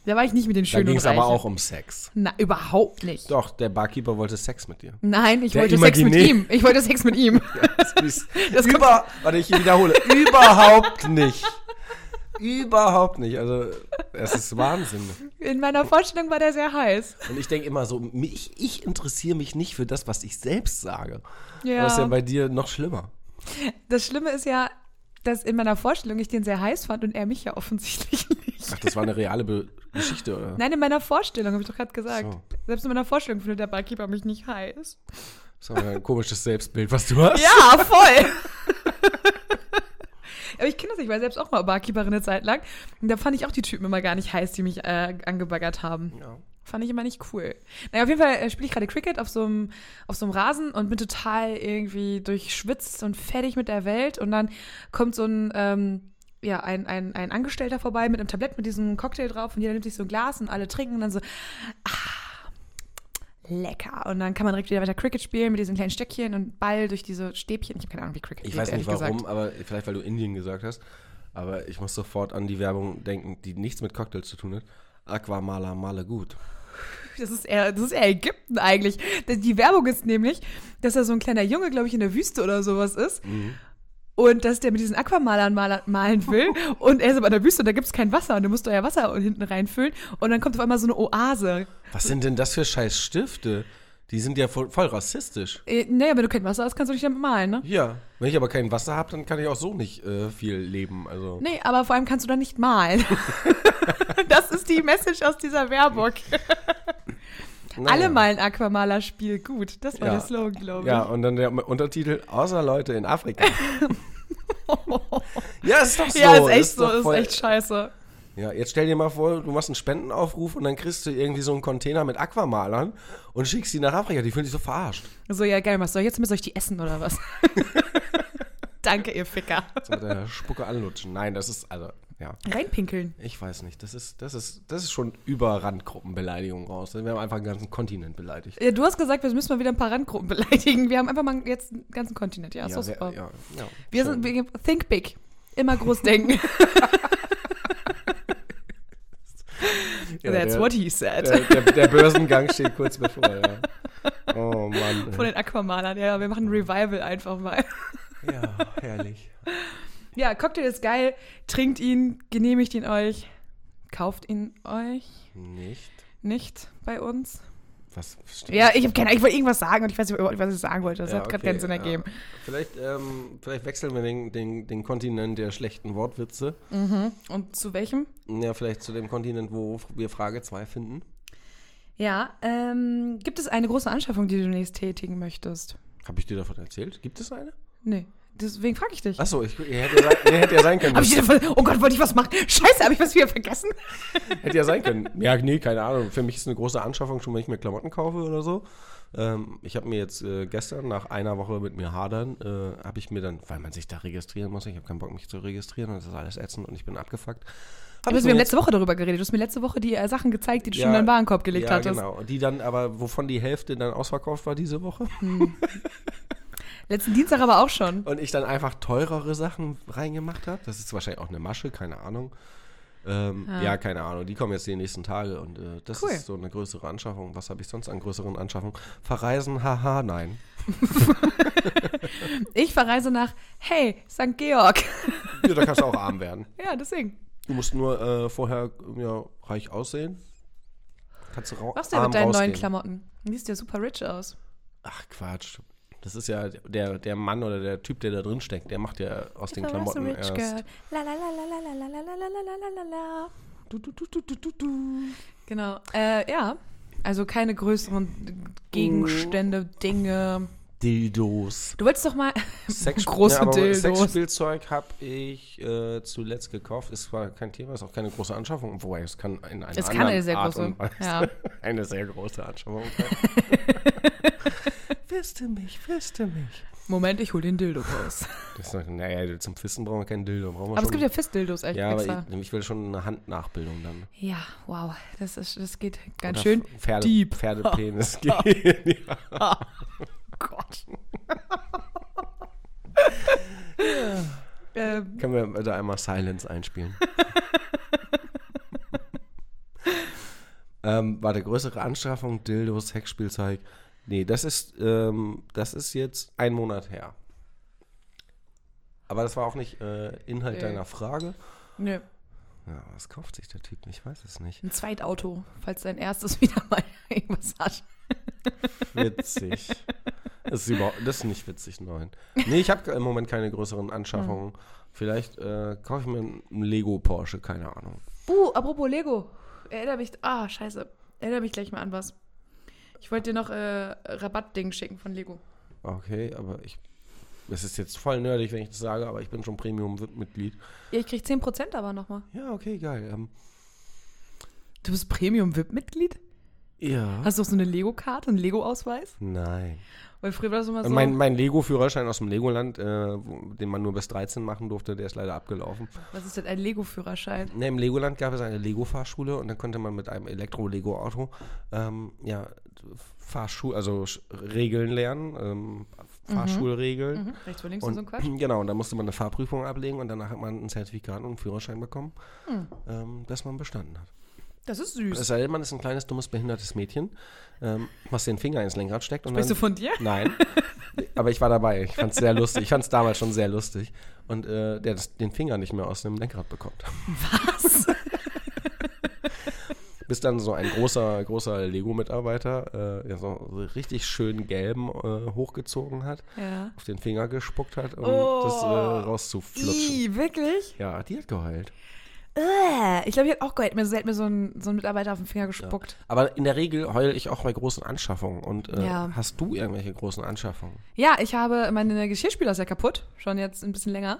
C: Da war ich nicht mit den
D: Da
C: schönen
D: ging
C: und
D: es aber
C: Reichen.
D: auch um Sex.
C: Na, überhaupt nicht.
D: Doch, der Barkeeper wollte Sex mit dir.
C: Nein, ich
D: Der
C: wollte Sex mit
D: Imaginär-
C: ihm. Ich wollte Sex mit ihm.
D: Das ist,
C: Das kommt-
D: über, warte, ich wiederhole. Überhaupt nicht. Überhaupt nicht. Also, es ist Wahnsinn.
C: In meiner Vorstellung war der sehr heiß.
D: Und ich denke immer so, mich, ich interessiere mich nicht für das, was ich selbst sage.
C: Ja.
D: Das ist ja bei dir noch schlimmer.
C: Das Schlimme ist ja, dass in meiner Vorstellung ich den sehr heiß fand und er mich ja offensichtlich nicht.
D: Ach, das war eine reale Be Geschichte, oder?
C: Nein, in meiner Vorstellung, habe ich doch gerade gesagt.
D: So.
C: Selbst in meiner Vorstellung findet der Barkeeper mich nicht heiß.
D: Das war ein komisches Selbstbild, was du hast.
C: Ja, voll. Aber ich kenne das, ich war selbst auch mal Barkeeperin eine Zeit lang. Und da fand ich auch die Typen immer gar nicht heiß, die mich äh, angebaggert haben.
D: Ja.
C: Fand ich immer nicht cool. Naja, auf jeden Fall äh, spiele ich gerade Cricket auf so einem auf so einem Rasen und bin total irgendwie durchschwitzt und fertig mit der Welt. Und dann kommt so ein ähm, ja, ein, ein, ein Angestellter vorbei mit einem Tablett mit diesem Cocktail drauf und jeder nimmt sich so ein Glas und alle trinken und dann so, ah, lecker. Und dann kann man direkt wieder weiter Cricket spielen mit diesen kleinen Stöckchen und Ball durch diese Stäbchen. Ich habe keine Ahnung, wie Cricket
D: Ich
C: geht,
D: weiß nicht
C: ehrlich
D: warum,
C: gesagt.
D: aber vielleicht weil du Indien gesagt hast, aber ich muss sofort an die Werbung denken, die nichts mit Cocktails zu tun hat. Aquamala male gut.
C: Das ist, eher, das ist eher Ägypten eigentlich. Das- Die Werbung ist nämlich, dass da so ein kleiner Junge, glaube ich, in der Wüste oder sowas ist.
D: Mhm.
C: Und dass der mit diesen Aquamalern maler- malen will. und er ist aber in der Wüste und da gibt es kein Wasser. Und du musst da ja Wasser hinten reinfüllen. Und dann kommt auf einmal so eine Oase.
D: Was sind denn das für scheiß Stifte? Die sind ja voll, voll rassistisch.
C: Äh, naja, wenn du kein Wasser hast, kannst du nicht damit malen, ne?
D: Ja. Wenn ich aber kein Wasser habe, dann kann ich auch so nicht äh, viel leben. Also.
C: Nee, aber vor allem kannst du da nicht malen. das ist die Message aus dieser Werbung.
D: naja.
C: Alle malen Aquamalerspiel gut. Das war
D: Ja.
C: der Slogan, glaube
D: Ja, und dann der Untertitel, außer Leute in Afrika. ja, ist doch so.
C: ich. Ja, ist echt so,
D: doch
C: ist
D: voll-
C: echt scheiße.
D: Ja, jetzt stell dir mal vor, du machst einen Spendenaufruf und dann kriegst du irgendwie so einen Container mit Aquamalern und schickst die nach Afrika. Die fühlen sich so verarscht.
C: So, ja, geil, was soll ich jetzt mit euch die essen oder was? Danke, ihr Ficker.
D: So mit der Spucke anlutschen. Nein, das ist, also, ja.
C: Reinpinkeln.
D: Ich weiß nicht, das ist, das ist, das ist schon über Randgruppenbeleidigung raus. Wir haben einfach einen ganzen Kontinent beleidigt.
C: Ja, Äh, du hast gesagt, wir müssen mal wieder ein paar Randgruppen beleidigen. Wir haben einfach mal jetzt einen ganzen Kontinent. Ja, ist doch
D: wer-
C: super.
D: ja, ja.
C: Wir sind, wir, think big. Immer groß denken.
D: Ja,
C: That's
D: der-
C: what he said.
D: der, der, der Börsengang steht kurz bevor, ja. Oh Mann.
C: Von den Aquamalern. Ja, wir machen ein Revival einfach mal.
D: ey. Ja, herrlich.
C: Ja, Cocktail ist geil. Trinkt ihn, genehmigt ihn euch. Kauft ihn euch
D: Nicht.
C: nicht bei uns.
D: Was steht
C: Ja, ich habe keine Ahnung. Ich wollte irgendwas sagen und ich weiß nicht, was ich sagen wollte. Das
D: Ja,
C: hat gerade
D: okay,
C: keinen Sinn
D: ja.
C: ergeben.
D: Vielleicht, ähm, vielleicht wechseln wir den, den, den Kontinent der schlechten Wortwitze.
C: Und zu welchem?
D: Ja, vielleicht zu dem Kontinent, wo wir Frage 2 finden.
C: Ja, ähm, gibt es eine große Anschaffung, die du demnächst tätigen möchtest?
D: Habe ich dir davon erzählt? Gibt es eine?
C: Nee, deswegen frage ich dich.
D: Achso, ich, ich hätte, ja sein- hätte ja sein können.
C: Hab ich dir voll, oh Gott, wollte ich was machen? Scheiße, habe ich was wieder vergessen?
D: Hätte ja sein können. Ja, nee, keine Ahnung. Für mich ist eine große Anschaffung schon, wenn ich mir Klamotten kaufe oder so. Ähm, ich habe mir jetzt äh, gestern, nach einer Woche mit mir hadern, äh, habe ich mir dann, weil man sich da registrieren muss, ich habe keinen Bock, mich zu registrieren, das ist alles ätzend und ich bin abgefuckt. Hab
C: Aber
D: ich
C: wir haben
D: mir
C: letzte Woche darüber geredet. Du hast mir letzte Woche die äh, Sachen gezeigt, die du schon in deinen Warenkorb gelegt
D: ja,
C: hattest.
D: genau. Die dann aber, wovon die Hälfte dann ausverkauft war diese Woche.
C: Mhm. Letzten Dienstag aber auch schon.
D: Und ich dann einfach teurere Sachen reingemacht habe. Das ist wahrscheinlich auch eine Masche, keine Ahnung. Ähm, ja. keine Ahnung. Die kommen jetzt die nächsten Tage und äh, das
C: Cool.
D: ist so eine größere Anschaffung. Was habe ich sonst an größeren Anschaffungen? Verreisen, haha, nein.
C: Ich verreise nach, hey, St. Georg.
D: Ja, da kannst du auch arm werden.
C: Ja, deswegen.
D: Du musst nur äh, vorher ja, reich aussehen. Kannst du rau
C: Machst du ja
D: arm
C: mit deinen neuen
D: rausgehen.
C: Klamotten. Du Siehst ja super rich aus.
D: Ach Quatsch. Das ist ja der, der Mann oder der Typ, der da drin steckt, der macht ja aus den
C: If I was a
D: Klamotten
C: rich girl.
D: erst.
C: La, la, la, la, la, la, la, la, la, la, la, la, la, la. Du, du, du, du, du, du, du. Genau. Äh, ja. Also keine größeren Gegenstände,
D: Oh.
C: Dinge.
D: Dildos.
C: Du wolltest doch mal
D: Sex
C: große
D: aber
C: Dildos.
D: Sexspielzeug habe ich äh, zuletzt gekauft. Ist zwar kein Thema, ist auch keine große Anschaffung, wobei es kann in einer
C: Es kann
D: anderen
C: eine sehr
D: Art
C: große,
D: und Weise
C: ja.
D: eine sehr große Anschaffung. fiste mich, fiste mich.
C: Moment, ich hol den Dildo raus.
D: Das ist, naja, zum Fisten brauchen wir keinen Dildo. Brauchen wir
C: Aber
D: schon,
C: es gibt ja Fistdildos echt
D: Oh, ja,
C: extra.
D: aber ich, ich will schon eine Handnachbildung dann.
C: ja, wow. Das, ist, das geht ganz
D: Oder
C: schön.
D: Pferde,
C: deep.
D: Pferdepenis gehen. ja.
C: Gott. ähm,
D: Können wir da einmal Silence einspielen? ähm, warte, größere Anstraffung, Dildos, Sexspielzeug. Nee, das ist, ähm, das ist jetzt ein Monat her. Aber das war auch nicht äh, Inhalt
C: Nee.
D: deiner Frage.
C: nö.
D: Ja, was kauft sich der Typ? Ich weiß es nicht.
C: Ein Zweitauto, falls dein erstes wieder mal irgendwas hat.
D: Witzig. Das ist, überhaupt, das ist nicht witzig, nein. Nee, ich habe im Moment keine größeren Anschaffungen. Vielleicht äh, kaufe ich mir einen Lego Porsche, keine Ahnung.
C: Uh, apropos Lego. Erinnere mich. Ah, scheiße. Erinnere mich gleich mal an was. Ich wollte dir noch äh, Rabattding schicken von Lego.
D: Okay, aber ich. Es ist jetzt voll nerdig, wenn ich das sage, aber ich bin schon Premium-Mitglied.
C: Ja, ich krieg 10% aber nochmal.
D: Ja, okay, geil. Ähm,
C: Du bist Premium-VIP-Mitglied?
D: Ja.
C: Hast du auch so eine Lego-Karte, einen Lego-Ausweis?
D: Nein.
C: Weil früher war das immer so.
D: Mein, mein Lego-Führerschein aus dem Legoland, äh, wo- den man nur bis 13 machen durfte, der ist leider abgelaufen.
C: was ist denn ein Lego-Führerschein?
D: Ne, Im Legoland gab es eine Lego-Fahrschule und dann konnte man mit einem Elektro-Lego-Auto ähm, ja, Fahrschul, also Sch- Regeln lernen, ähm, Fahrschulregeln.
C: Mhm. Rechts vor links und,
D: Und,
C: so ein Quatsch.
D: Genau, und dann musste man eine Fahrprüfung ablegen und danach hat man ein Zertifikat und einen Führerschein bekommen,
C: Hm.
D: ähm, dass man bestanden hat.
C: Das ist süß.
D: Es sei denn, man ist ein kleines, dummes, behindertes Mädchen, ähm, was den Finger ins Lenkrad steckt. Und
C: Sprichst du
D: dann,
C: von dir?
D: Nein. Aber ich war dabei. Ich fand es sehr lustig. Ich fand es damals schon sehr lustig. Und äh, der das, den Finger nicht mehr aus dem Lenkrad bekommt.
C: Was?
D: Bis dann so ein großer, großer Lego-Mitarbeiter äh, ja, so so richtig schön gelben äh, hochgezogen hat,
C: Ja.
D: auf den Finger gespuckt hat, um
C: Oh.
D: das äh, rauszuflutschen.
C: Ih, wirklich?
D: Ja, die hat geheult.
C: Äh, ich glaube, ich hätte auch geheult. Mir so- hätte mir so ein, so ein Mitarbeiter auf den Finger gespuckt.
D: Aber in der Regel heule ich auch bei großen Anschaffungen. Und äh,
C: Ja.
D: hast du irgendwelche großen Anschaffungen?
C: Ja, ich habe meine Geschirrspüler ist ja kaputt, schon jetzt ein bisschen länger.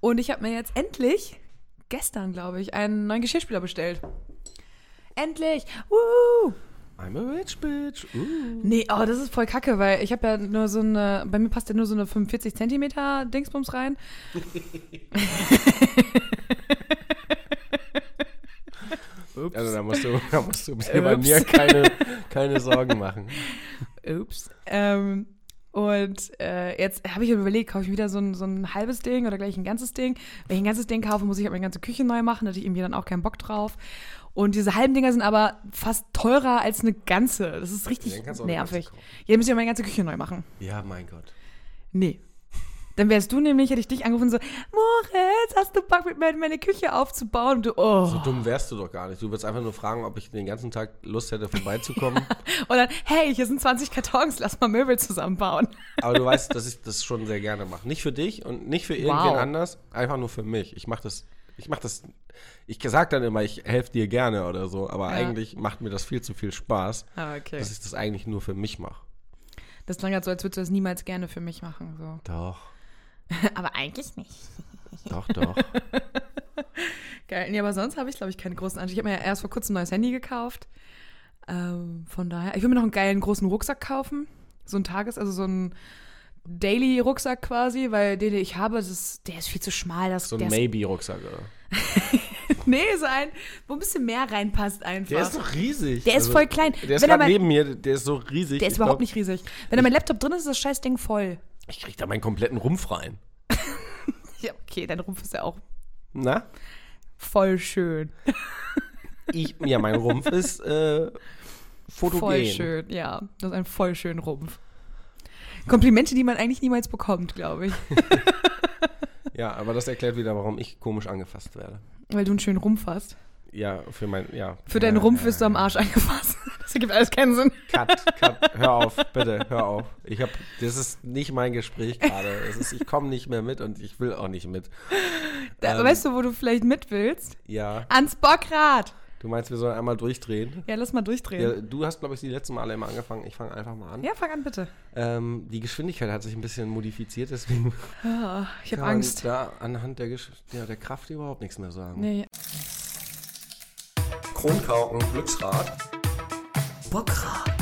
C: Und ich habe mir jetzt endlich gestern, glaube ich, einen neuen Geschirrspüler bestellt. Endlich! Woo!
D: I'm a rich bitch. Uh.
C: Nee, oh, das ist voll kacke, weil ich habe ja nur so eine, bei mir passt ja nur so eine 45 Zentimeter Dingsbums rein.
D: Also da musst du, da musst du dir
C: Ups.
D: bei mir keine, keine Sorgen machen.
C: Ups. Ähm, und äh, jetzt habe ich mir überlegt, kaufe ich wieder so ein, so ein halbes Ding oder gleich ein ganzes Ding. Wenn ich ein ganzes Ding kaufe, muss ich halt meine ganze Küche neu machen, da hatte ich irgendwie dann auch keinen Bock drauf. Und diese halben Dinger sind aber fast teurer als eine ganze. Das ist richtig
D: Ja, dann kannst du auch eine ganze
C: nervig.
D: kaufen.
C: Jetzt muss ich meine ganze Küche neu machen.
D: Ja, mein Gott.
C: Nee. Dann wärst du nämlich, hätte ich dich angerufen und so, Moritz, hast du Bock, mit mir meine Küche aufzubauen? Und du, oh.
D: So dumm wärst du doch gar nicht. Du würdest einfach nur fragen, ob ich den ganzen Tag Lust hätte, vorbeizukommen.
C: Und dann, hey, hier sind 20 Kartons, lass mal Möbel zusammenbauen.
D: Aber du weißt, dass ich das schon sehr gerne mache. Nicht für dich und nicht für irgendwen
C: Wow.
D: anders, einfach nur für mich. Ich mache das, ich mache das, ich sag dann immer, ich helfe dir gerne oder so, aber
C: Ja.
D: eigentlich macht mir das viel zu viel Spaß,
C: Ah, okay.
D: dass ich das eigentlich nur für mich mache.
C: Das klang halt so, als würdest du das niemals gerne für mich machen. So.
D: Doch,
C: Aber eigentlich nicht.
D: doch, doch.
C: Geil. Nee, aber sonst habe ich, glaube ich, keine großen Ansprüche. Ich habe mir ja erst vor kurzem ein neues Handy gekauft. Ähm, von daher, ich will mir noch einen geilen großen Rucksack kaufen. So ein Tages-, also so ein Daily-Rucksack quasi, weil den, den ich habe, das ist, der ist viel zu schmal. Das,
D: So ein
C: der
D: Maybe-Rucksack, oder?
C: ist, Nee, so ein, wo ein bisschen mehr reinpasst einfach.
D: Der ist doch riesig. Also,
C: Der ist voll klein.
D: Der ist
C: Wenn er
D: gerade
C: mein-
D: neben mir, der ist so riesig.
C: der ist
D: Ich
C: überhaupt
D: glaub,
C: nicht riesig. Wenn da mein Laptop drin ist, ist das scheiß Ding voll.
D: Ich krieg da meinen kompletten Rumpf rein.
C: Ja, okay, dein Rumpf ist ja auch
D: Na?
C: voll schön.
D: Ich, ja, mein Rumpf ist äh, fotogen.
C: Voll schön, ja. Das ist ein voll schön Rumpf. Komplimente, die man eigentlich niemals bekommt, glaube ich.
D: Ja, aber das erklärt wieder, warum ich komisch angefasst werde.
C: Weil du einen schönen Rumpf hast.
D: Ja, für mein, ja.
C: Für deinen
D: ja,
C: Rumpf
D: ja.
C: wirst du am Arsch angefasst. Das ergibt alles keinen Sinn.
D: Cut, cut, hör auf, bitte, hör auf. Ich hab, das ist nicht mein Gespräch gerade. Es ist, ich komme nicht mehr mit und ich will auch nicht mit.
C: Da,
D: Ähm.
C: Weißt du, wo du vielleicht mit willst?
D: Ja,
C: Ans Bockrad.
D: du meinst, wir sollen einmal durchdrehen?
C: Ja, lass mal durchdrehen.
D: Ja, du hast, glaube ich, die letzten Male immer angefangen. Ich fange einfach mal an.
C: Ja, fang an, bitte.
D: Ähm, die Geschwindigkeit hat sich ein bisschen modifiziert, deswegen
C: Ah, ich
D: kann
C: habe
D: man
C: Angst.
D: da anhand der, Gesch ja, der Kraft überhaupt nichts mehr sagen.
C: Nee.
D: Kronkauken, Glücksrad.
C: Bockrad.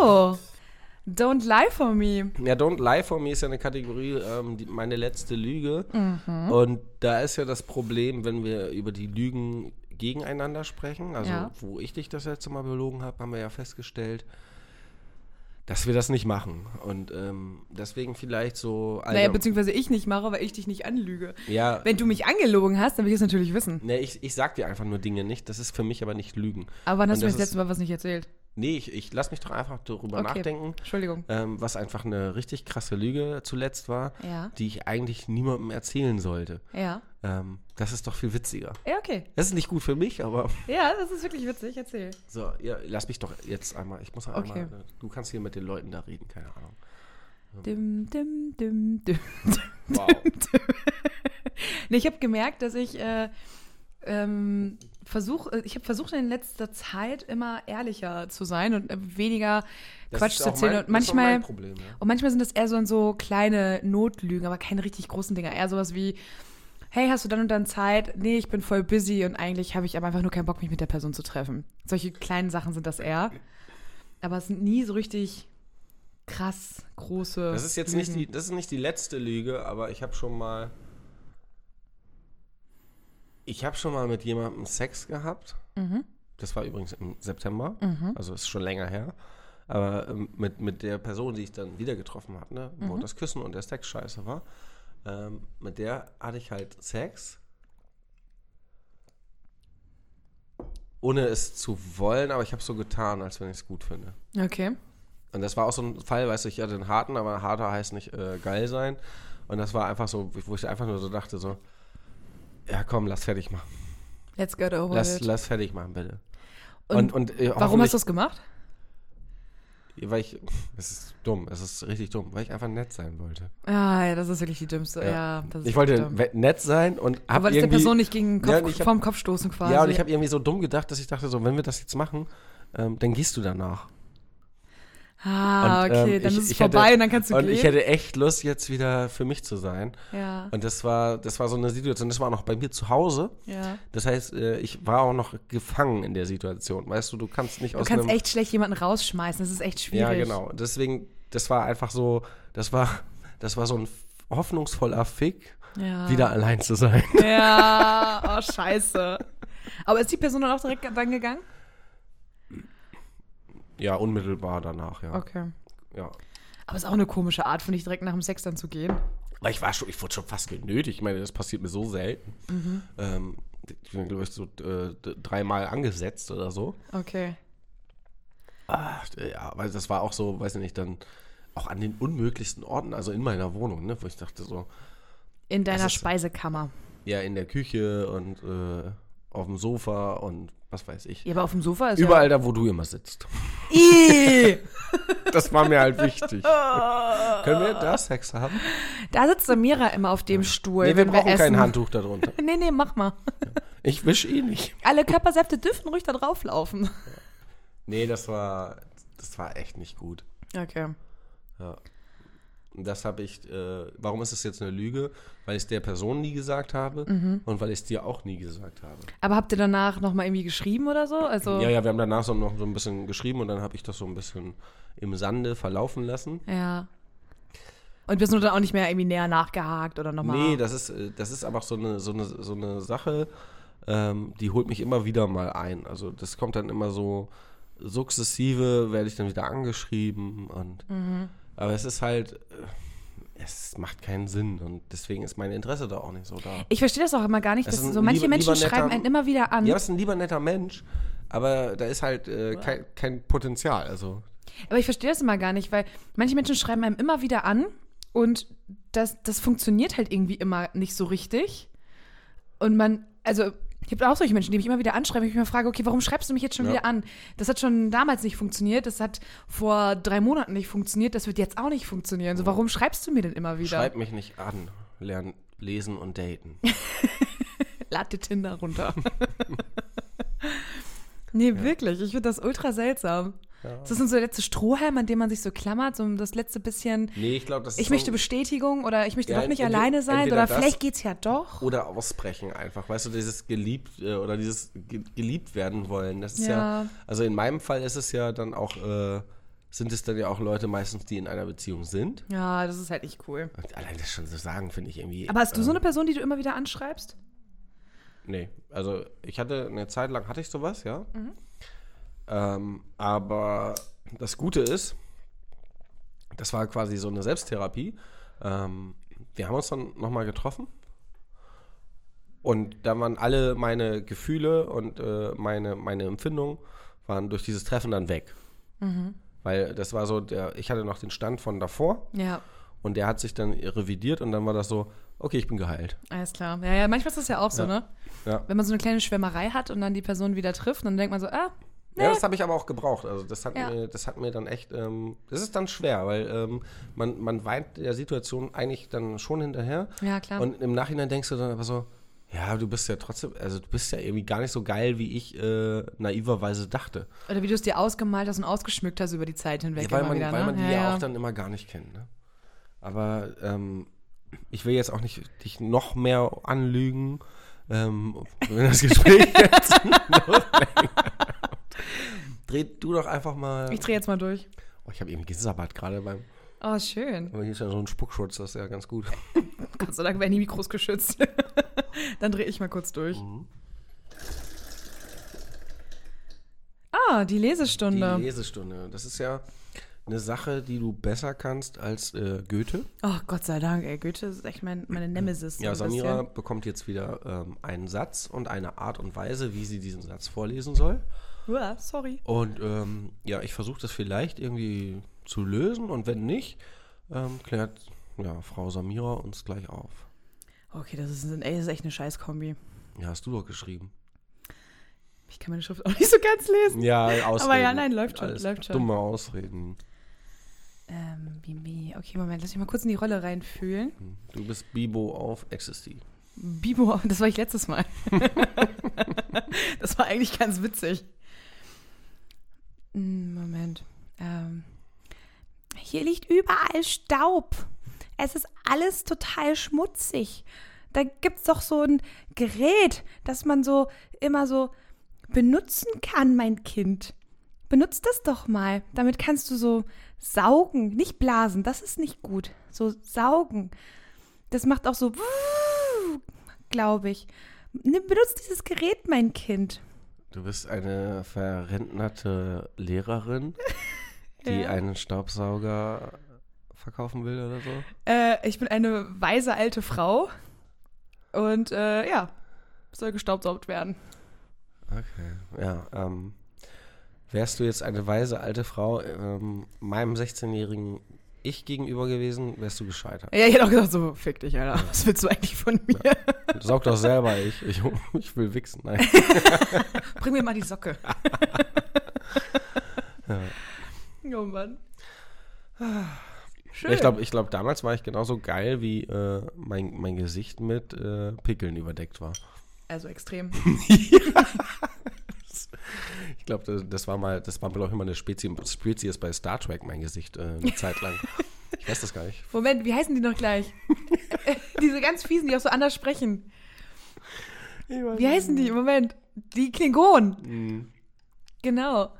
C: Oh. Don't lie for me.
D: Ja, Don't Lie for Me ist ja eine Kategorie, ähm, die, meine letzte Lüge.
C: Mhm.
D: Und da ist ja das Problem, wenn wir über die Lügen gegeneinander sprechen, also
C: Ja.
D: wo ich dich das letzte Mal belogen habe, haben wir ja festgestellt, dass wir das nicht machen. Und ähm, deswegen vielleicht so.
C: Naja,
D: allgemein-
C: beziehungsweise ich nicht mache, weil ich dich nicht anlüge.
D: ja,
C: Wenn du mich angelogen hast, dann will ich es natürlich wissen.
D: nee, ich, ich sag dir einfach nur Dinge nicht. Das ist für mich aber nicht Lügen.
C: Aber wann hast
D: Und
C: du mir
D: das
C: das letzte Mal was nicht erzählt?
D: Nee, ich, ich lass mich doch einfach darüber nachdenken.
C: Entschuldigung.
D: ähm, was einfach eine richtig krasse Lüge zuletzt war,
C: Ja.
D: die ich eigentlich niemandem erzählen sollte.
C: Ja.
D: Ähm, das ist doch viel witziger.
C: Ja, okay.
D: Das ist nicht gut für mich, aber
C: Ja, das ist wirklich witzig. Erzähl.
D: so, ja, lass mich doch jetzt einmal, ich muss noch
C: Okay.
D: einmal, du kannst hier mit den Leuten da reden, keine Ahnung.
C: Dim, dim, dim, dim.
D: Wow.
C: Nee, ich habe gemerkt, dass ich äh, ähm, versuch, äh, ich habe versucht in letzter Zeit immer ehrlicher zu sein und äh, weniger
D: Das
C: Quatsch
D: ist
C: zu
D: auch
C: erzählen.
D: mein-
C: und
D: das ist auch
C: manchmal
D: mein Problem, ja.
C: und manchmal sind das eher so, so kleine Notlügen, aber keine richtig großen Dinger. Eher sowas wie hey, hast du dann und dann Zeit? Nee, ich bin voll busy und eigentlich habe ich aber einfach nur keinen Bock, mich mit der Person zu treffen. Solche kleinen Sachen sind das eher. Aber es sind nie so richtig krass große.
D: Das ist jetzt
C: mhm.
D: nicht die, das ist nicht die letzte Lüge, aber ich habe schon mal. Ich habe schon mal mit jemandem Sex gehabt.
C: Mhm,
D: Das war übrigens im September, also ist schon länger her. Aber ähm, mit, mit der Person, die ich dann wieder getroffen habe, ne,
C: Mhm.
D: wo das Küssen und der Sex scheiße war, ähm, mit der hatte ich halt Sex. Ohne es zu wollen, aber ich habe so getan, als wenn ich es gut finde.
C: Okay.
D: Und das war auch so ein Fall, weißt du, ich hatte einen harten, aber harter heißt nicht äh, geil sein. Und das war einfach so, wo ich einfach nur so dachte, so, ja komm, lass fertig machen.
C: Let's get over
D: Lass,
C: it.
D: lass fertig machen, bitte.
C: Und
D: Und, und, äh,
C: Warum hast du
D: hoffentlich-
C: das gemacht?
D: Weil ich, es ist dumm, es ist richtig dumm, weil ich einfach nett sein wollte.
C: Ah, ja, das ist wirklich die dümmste. Ja, das ist
D: ich wollte
C: dumm.
D: we- nett sein und
C: Du
D: habe
C: wolltest der
D: irgendwie...
C: Person nicht gegen den Kopf,
D: Ja, und ich hab-
C: vom Kopf stoßen quasi.
D: ja, und ich habe irgendwie so dumm gedacht, dass ich dachte so, wenn wir das jetzt machen, ähm, dann gehst du danach.
C: ah,
D: Und,
C: okay,
D: ähm,
C: dann
D: ich-
C: ist es
D: ich
C: vorbei
D: hätte-
C: und dann kannst du
D: Und
C: gehen.
D: ich hätte echt Lust, jetzt wieder für mich zu sein.
C: ja,
D: Und das war, das war so eine Situation, das war noch bei mir zu Hause.
C: ja.
D: Das heißt, äh, ich war auch noch gefangen in der Situation. Weißt du, du kannst nicht
C: Du
D: aus
C: kannst
D: einem
C: echt schlecht jemanden rausschmeißen, das ist echt schwierig.
D: Ja, genau. Deswegen, das war einfach so, das war, das war so ein hoffnungsvoller Fick,
C: Ja.
D: wieder allein zu sein.
C: Ja, oh scheiße. Aber ist die Person dann auch direkt dann gegangen?
D: Ja, unmittelbar danach, ja.
C: Okay.
D: ja.
C: Aber ist auch eine komische Art, finde ich, direkt nach dem Sex dann zu gehen.
D: Weil ich war schon, ich wurde schon fast genötigt. Ich meine, das passiert mir so selten.
C: Mhm.
D: Ähm, ich bin, glaube ich, so äh, d- dreimal angesetzt oder so.
C: Okay.
D: Ach, äh, ja, weil das war auch so, weiß ich nicht, dann auch an den unmöglichsten Orten, also in meiner Wohnung, ne, wo ich dachte so,
C: In deiner
D: ist-
C: Speisekammer.
D: ja, in der Küche und äh, auf dem Sofa und was weiß ich.
C: Ja, aber auf dem Sofa ist
D: Überall da, wo du immer sitzt.
C: Ja Ih!
D: Das war mir halt wichtig. Können wir da Sex haben?
C: Da sitzt Samira immer auf dem Stuhl.
D: Nee, wir
C: wenn
D: brauchen
C: essen.
D: kein Handtuch darunter.
C: Nee, nee, mach mal.
D: Ich wische eh nicht.
C: Alle Körpersäfte dürfen ruhig da drauflaufen.
D: Nee, das war, das war echt nicht gut.
C: Okay.
D: Und Das habe ich, äh, warum ist das jetzt eine Lüge? Weil ich es der Person nie gesagt habe
C: Mhm.
D: und weil ich es dir auch nie gesagt habe.
C: Aber habt ihr danach nochmal irgendwie geschrieben oder so? Also,
D: Ja, ja, wir haben danach so noch so ein bisschen geschrieben und dann habe ich das so ein bisschen im Sande verlaufen lassen.
C: Ja. Und bist du dann auch nicht mehr irgendwie näher nachgehakt oder nochmal?
D: Nee, das ist, äh, das ist einfach so eine, so eine, so eine Sache, ähm, die holt mich immer wieder mal ein. Also das kommt dann immer so sukzessive, werde ich dann wieder angeschrieben und
C: Mhm.
D: aber es ist halt, äh, es macht keinen Sinn und deswegen ist mein Interesse da auch nicht so da.
C: ich verstehe das auch immer gar nicht.
D: Das
C: Dass
D: ist ein
C: so manche
D: lieber-
C: Menschen
D: lieber netter-
C: schreiben einen immer wieder an.
D: Ja, es ist ein lieber netter Mensch, aber da ist halt äh, kein, kein Potenzial. Also
C: Aber ich verstehe das immer gar nicht, weil manche Menschen schreiben einem immer wieder an und das, das funktioniert halt irgendwie immer nicht so richtig. Und man, also ich habe auch solche Menschen, die mich immer wieder anschreiben, ich mich immer frage, okay, warum schreibst du mich jetzt schon
D: Ja.
C: wieder an? Das hat schon damals nicht funktioniert, das hat vor drei Monaten nicht funktioniert, das wird jetzt auch nicht funktionieren. So, warum schreibst du mir denn immer wieder?
D: schreib mich nicht an, lernen lesen und daten.
C: Lad dir Tinder runter. nee, wirklich. Ich finde das ultra seltsam. Ist das denn so der letzte Strohhalm, an dem man sich so klammert? So um das letzte bisschen,
D: Nee, ich glaube, das ist
C: ich
D: so-
C: möchte Bestätigung oder ich möchte
D: Ja,
C: doch nicht
D: entweder-
C: alleine sein
D: entweder
C: oder
D: das-
C: vielleicht geht's ja doch.
D: oder aussprechen einfach. Weißt du, dieses geliebt äh, oder dieses ge geliebt werden wollen. Das ist ja.
C: Ja.
D: also in meinem Fall ist es ja dann auch, äh, sind es dann ja auch Leute meistens, die in einer Beziehung sind.
C: Ja, das ist halt nicht cool. Ähm.
D: Und allein das schon zu sagen, finde ich irgendwie.
C: Aber hast du
D: äh,
C: so eine Person, die du immer wieder anschreibst?
D: Nee, also ich hatte eine Zeit lang hatte ich sowas, ja. Ähm, aber das Gute ist, das war quasi so eine Selbsttherapie. Ähm, wir haben uns dann nochmal getroffen. Und da waren alle meine Gefühle und äh, meine, meine Empfindungen waren durch dieses Treffen dann weg. Weil das war so, der, ich hatte noch den Stand von davor
C: Ja,
D: und der hat sich dann revidiert und dann war das so, okay, ich bin geheilt.
C: alles klar. Ja, ja, manchmal ist das ja auch so, ne?
D: Ja.
C: Wenn man so eine kleine Schwärmerei hat und dann die Person wieder trifft, dann denkt man so, ah,
D: Ja, das habe ich aber auch gebraucht. Also das hat,
C: Ja.
D: mir, das hat mir dann echt, ähm, das ist dann schwer, weil ähm, man, man weint der Situation eigentlich dann schon hinterher.
C: Ja, klar.
D: Und im Nachhinein denkst du dann aber so, ja, du bist ja trotzdem, also du bist ja irgendwie gar nicht so geil, wie ich äh, naiverweise dachte.
C: oder wie du es dir ausgemalt hast und ausgeschmückt hast über die Zeit hinweg.
D: Ja, weil
C: immer ne?
D: man,
C: wieder,
D: weil
C: ne?
D: man die ja,
C: ja,
D: auch dann immer gar nicht kennt. Ne? Aber ähm, ich will jetzt auch nicht dich noch mehr anlügen, ähm, wenn das Gespräch jetzt noch länger dauert. Dreh du doch einfach mal.
C: Ich drehe jetzt mal durch.
D: Oh, ich habe eben gesabbert gerade beim.
C: Oh, schön.
D: Aber hier ist ja so ein Spuckschutz, das ist ja ganz gut.
C: Gott sei Dank Also werden die Mikros geschützt. Dann drehe ich mal kurz durch.
D: Mhm.
C: Ah, die
D: Die
C: Lesestunde.
D: Lesestunde. Das ist ja eine Sache, die du besser kannst als äh, Goethe.
C: oh, Gott sei Dank, ey. Goethe ist echt mein, meine Nemesis. so
D: Ja,
C: ein
D: Samira
C: bisschen.
D: bekommt jetzt wieder ähm, einen Satz und eine Art und Weise, wie sie diesen Satz vorlesen soll.
C: Uah, sorry.
D: Und ähm, ja, ich versuche das vielleicht irgendwie zu lösen und wenn nicht, ähm, klärt ja, Frau Samira uns gleich auf.
C: Okay, das ist, ein, ey, das ist echt eine Scheißkombi.
D: Ja, hast du doch geschrieben.
C: Ich kann meine Schrift auch nicht so ganz lesen.
D: Ja, Ausreden.
C: Aber ja, nein, läuft schon,
D: Alles
C: läuft schon.
D: Dumme Ausreden.
C: Ähm, Bibi. Okay, Moment, lass mich mal kurz in die Rolle reinfühlen.
D: Du bist Bibo auf Ecstasy.
C: Bibo, das war ich letztes Mal. das war eigentlich ganz witzig. Hm, Moment. Ähm, hier liegt überall Staub. Es ist alles total schmutzig. Da gibt's doch so ein Gerät, das man so immer so benutzen kann, mein Kind. Benutzt das doch mal. Damit kannst du so saugen, nicht blasen. Das ist nicht gut. So saugen. Das macht auch so, glaube ich. Nimm- Benutzt dieses Gerät, mein Kind.
D: Du bist eine verrentnerte Lehrerin, die
C: Ja.
D: einen Staubsauger verkaufen will oder so.
C: Äh, ich bin eine weise alte Frau und äh, ja, soll gestaubsaugt werden.
D: Okay. Ja, ähm, wärst du jetzt eine weise alte Frau ähm, meinem 16-jährigen Ich gegenüber gewesen, wärst du gescheitert.
C: Ja, ich hätte auch gesagt, so, fick dich, Alter. Was willst du eigentlich von mir?
D: Saug doch selber, ich, ich, ich will wichsen. Nein.
C: Bring mir mal die Socke. Oh Mann. Schön.
D: Ich glaube, ich glaub, damals war ich genauso geil, wie äh, mein, mein Gesicht mit äh, Pickeln überdeckt war.
C: also extrem.
D: Ich glaube, das, das war mal, das war glaube ich mal eine Spezies, Spezies bei Star Trek, mein Gesicht, äh, eine Zeit lang. Ich weiß das gar nicht.
C: Moment, wie heißen die noch gleich? Diese ganz fiesen, die auch so anders sprechen. Wie heißen die? Moment. Die Klingonen. Genau.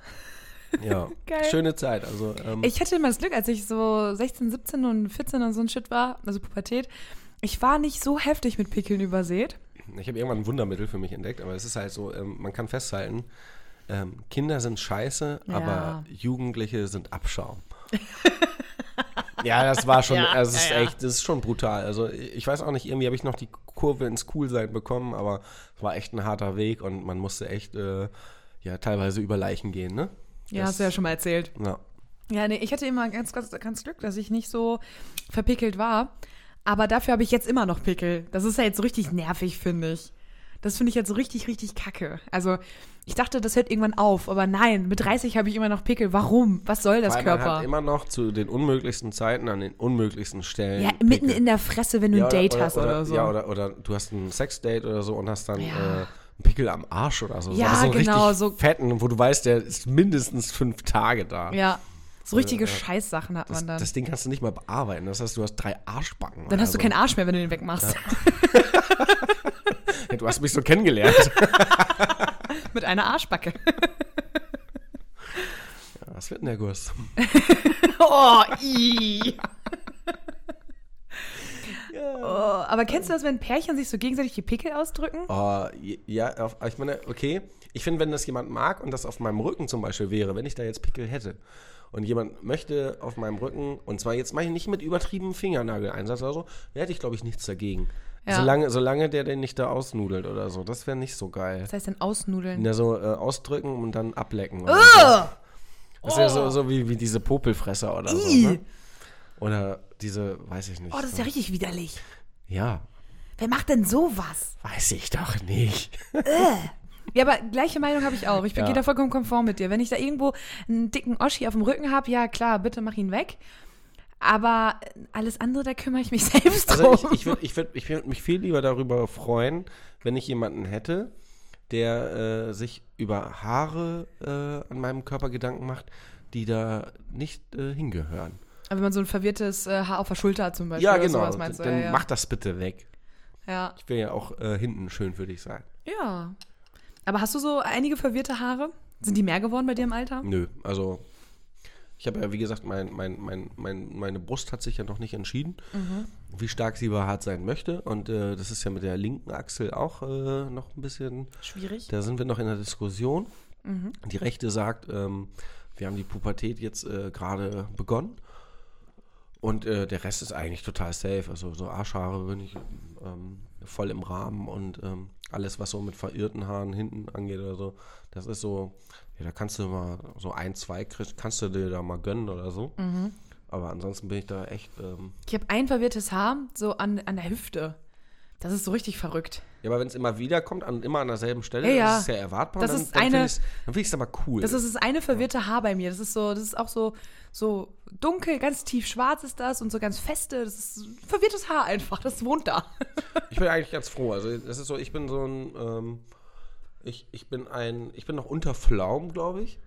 D: Ja,
C: Geil.
D: schöne Zeit. Also, ähm,
C: Ich hatte immer das Glück, als ich so 16, 17 und 14 und so ein Shit war, also Pubertät, ich war nicht so heftig mit Pickeln übersät.
D: Ich habe irgendwann ein Wundermittel für mich entdeckt, aber es ist halt so, ähm, man kann festhalten, ähm, Kinder sind scheiße,
C: Ja.
D: aber Jugendliche sind Abschaum. ja, das war schon,
C: Ja,
D: also es ist
C: ja, ja.
D: echt, das ist schon brutal. Also ich weiß auch nicht, irgendwie habe ich noch die Kurve ins Coolsein bekommen, aber es war echt ein harter Weg und man musste echt äh, ja teilweise über Leichen gehen, ne?
C: Ja,
D: Das-
C: hast du ja schon mal erzählt.
D: Ja.
C: Ja, nee, ich hatte immer ganz, ganz, ganz Glück, dass ich nicht so verpickelt war. Aber dafür habe ich jetzt immer noch Pickel. Das ist ja jetzt so richtig nervig, finde ich. Das finde ich jetzt so richtig, richtig kacke. Also, ich dachte, das hört irgendwann auf. Aber nein, mit 30 habe ich immer noch Pickel. Warum? Was soll das
D: Weil man
C: Körper?
D: hat immer noch zu den unmöglichsten Zeiten an den unmöglichsten Stellen.
C: ja, mitten
D: Pickel.
C: in der Fresse, wenn du ein Date
D: oder,
C: hast oder, so.
D: Ja, oder, oder du hast ein Sexdate oder so und hast dann
C: Ja.
D: äh, einen Pickel am Arsch oder so.
C: Ja,
D: Aber so einen
C: genau,
D: Richtig
C: so-
D: fetten, wo du weißt, der ist mindestens fünf Tage da.
C: Ja. So richtige
D: Ja.
C: Scheißsachen hat
D: Das,
C: man dann.
D: das also- Ding kannst du nicht mal bearbeiten. Das heißt, du hast drei Arschbacken.
C: dann
D: oder
C: hast du
D: so.
C: keinen Arsch mehr, wenn du den wegmachst.
D: Ja, du hast mich so kennengelernt.
C: Mit einer Arschbacke.
D: Ja, Was wird denn der Guss?
C: oh, i. Oh, aber kennst du das, wenn Pärchen sich so gegenseitig die Pickel ausdrücken?
D: Oh, ja, auf, ich meine, okay. Ich finde, wenn das jemand mag und das auf meinem Rücken zum Beispiel wäre, wenn ich da jetzt Pickel hätte und jemand möchte auf meinem Rücken, und zwar jetzt mache ich nicht mit übertriebenem Fingernageleinsatz oder so, da hätte ich, glaube ich, nichts dagegen.
C: Ja.
D: Solange, solange der den nicht da ausnudelt oder so, das wäre nicht so geil.
C: Das heißt dann ausnudeln.
D: Ja, so äh, ausdrücken und dann ablecken. Oder so. Das ist ja so, so wie, wie diese Popelfresser oder
C: Oh! Ih.
D: so. Ne? Oder diese, weiß ich nicht.
C: Oh, das ist ja richtig widerlich.
D: ja,
C: Wer macht denn sowas?
D: weiß ich doch nicht.
C: Ja, aber gleiche Meinung habe ich auch. Ich bin
D: Ja.
C: gehe da vollkommen konform mit dir. Wenn ich da irgendwo einen dicken Oschi auf dem Rücken habe, ja klar, bitte mach ihn weg. Aber alles andere, da kümmere ich mich selbst drum.
D: Also ich, ich würde ich würd, ich würd mich viel lieber darüber freuen, wenn ich jemanden hätte, der äh, sich über Haare äh, an meinem Körper Gedanken macht, die da nicht äh, hingehören.
C: Wenn man so ein verwirrtes äh, Haar auf der Schulter hat zum Beispiel.
D: Ja,
C: oder
D: genau.
C: Sowas meinst du?
D: dann
C: ja, ja.
D: mach das bitte weg.
C: ja.
D: Ich will ja auch äh, hinten schön für dich sein.
C: ja. Aber hast du so einige verwirrte Haare? Sind die mehr geworden bei dir im Alter?
D: Nö, also ich habe ja, wie gesagt, mein, mein, mein, mein, meine Brust hat sich ja noch nicht entschieden,
C: Mhm.
D: wie stark sie behaart sein möchte. Und äh, das ist ja mit der linken Achsel auch äh, noch ein bisschen,
C: Schwierig. Mhm.
D: da sind wir noch in der Diskussion. Die rechte sagt, ähm, wir haben die Pubertät jetzt äh, gerade begonnen. Und äh, der Rest ist eigentlich total safe. Also so Arschhaare bin ich ähm, voll im Rahmen und ähm, alles, was so mit verirrten Haaren hinten angeht oder so, das ist so, ja, da kannst du mal so ein, zwei kriegst, kannst du dir da mal gönnen oder so.
C: Mhm.
D: Aber ansonsten bin ich da echt, ähm,
C: Ich habe ein verwirrtes Haar so an, an der Hüfte. Das ist so richtig verrückt.
D: ja, aber wenn es immer wieder kommt, an, immer an derselben Stelle,
C: Ja, ja.
D: das ist ja erwartbar,
C: Das
D: dann,
C: ist
D: dann
C: eine-
D: finde ich es dann find ich's aber cool.
C: Das ist das eine verwirrte Haar bei mir. Das ist so, das ist auch so, so dunkel, ganz tief schwarz ist das und so ganz feste. Das ist ein verwirrtes Haar einfach. Das wohnt da.
D: Ich bin eigentlich ganz froh. Also es ist so, ich bin so ein, ähm, ich, ich bin ein, ich bin noch unter Pflaum, glaube ich.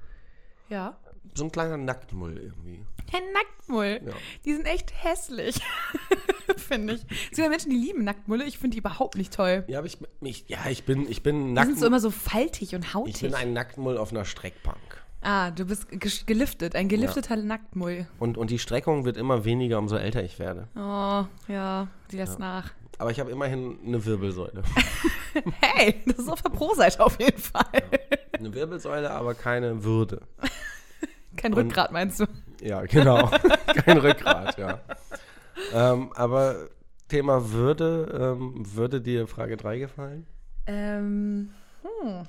C: Ja.
D: So ein kleiner Nacktmull irgendwie.
C: Herr Nacktmull.
D: Ja.
C: Die sind echt hässlich. finde ich. Es gibt ja Menschen, die lieben Nacktmulle. Ich finde die überhaupt nicht toll.
D: Ja, aber ich, ich ja, ich bin, ich bin
C: Die sind so
D: Nacktmull.
C: immer so faltig und
D: Ich
C: hautig.
D: bin ein Nacktmull auf einer Streckbank.
C: ah, du bist ges- geliftet. Ein gelifteter Nacktmull.
D: Und, und die Streckung wird immer weniger, umso älter ich werde.
C: Oh, ja. Sieh das nach.
D: Aber ich habe immerhin eine Wirbelsäule.
C: Hey, das ist auf der Pro-Seite auf jeden Fall.
D: Eine Wirbelsäule, aber keine Würde.
C: Kein
D: Und-
C: Rückgrat, meinst du?
D: Ja, genau. Kein Rückgrat, ja. Ähm, aber Thema Würde, ähm, würde dir Frage 3 gefallen?
C: Ähm, hm.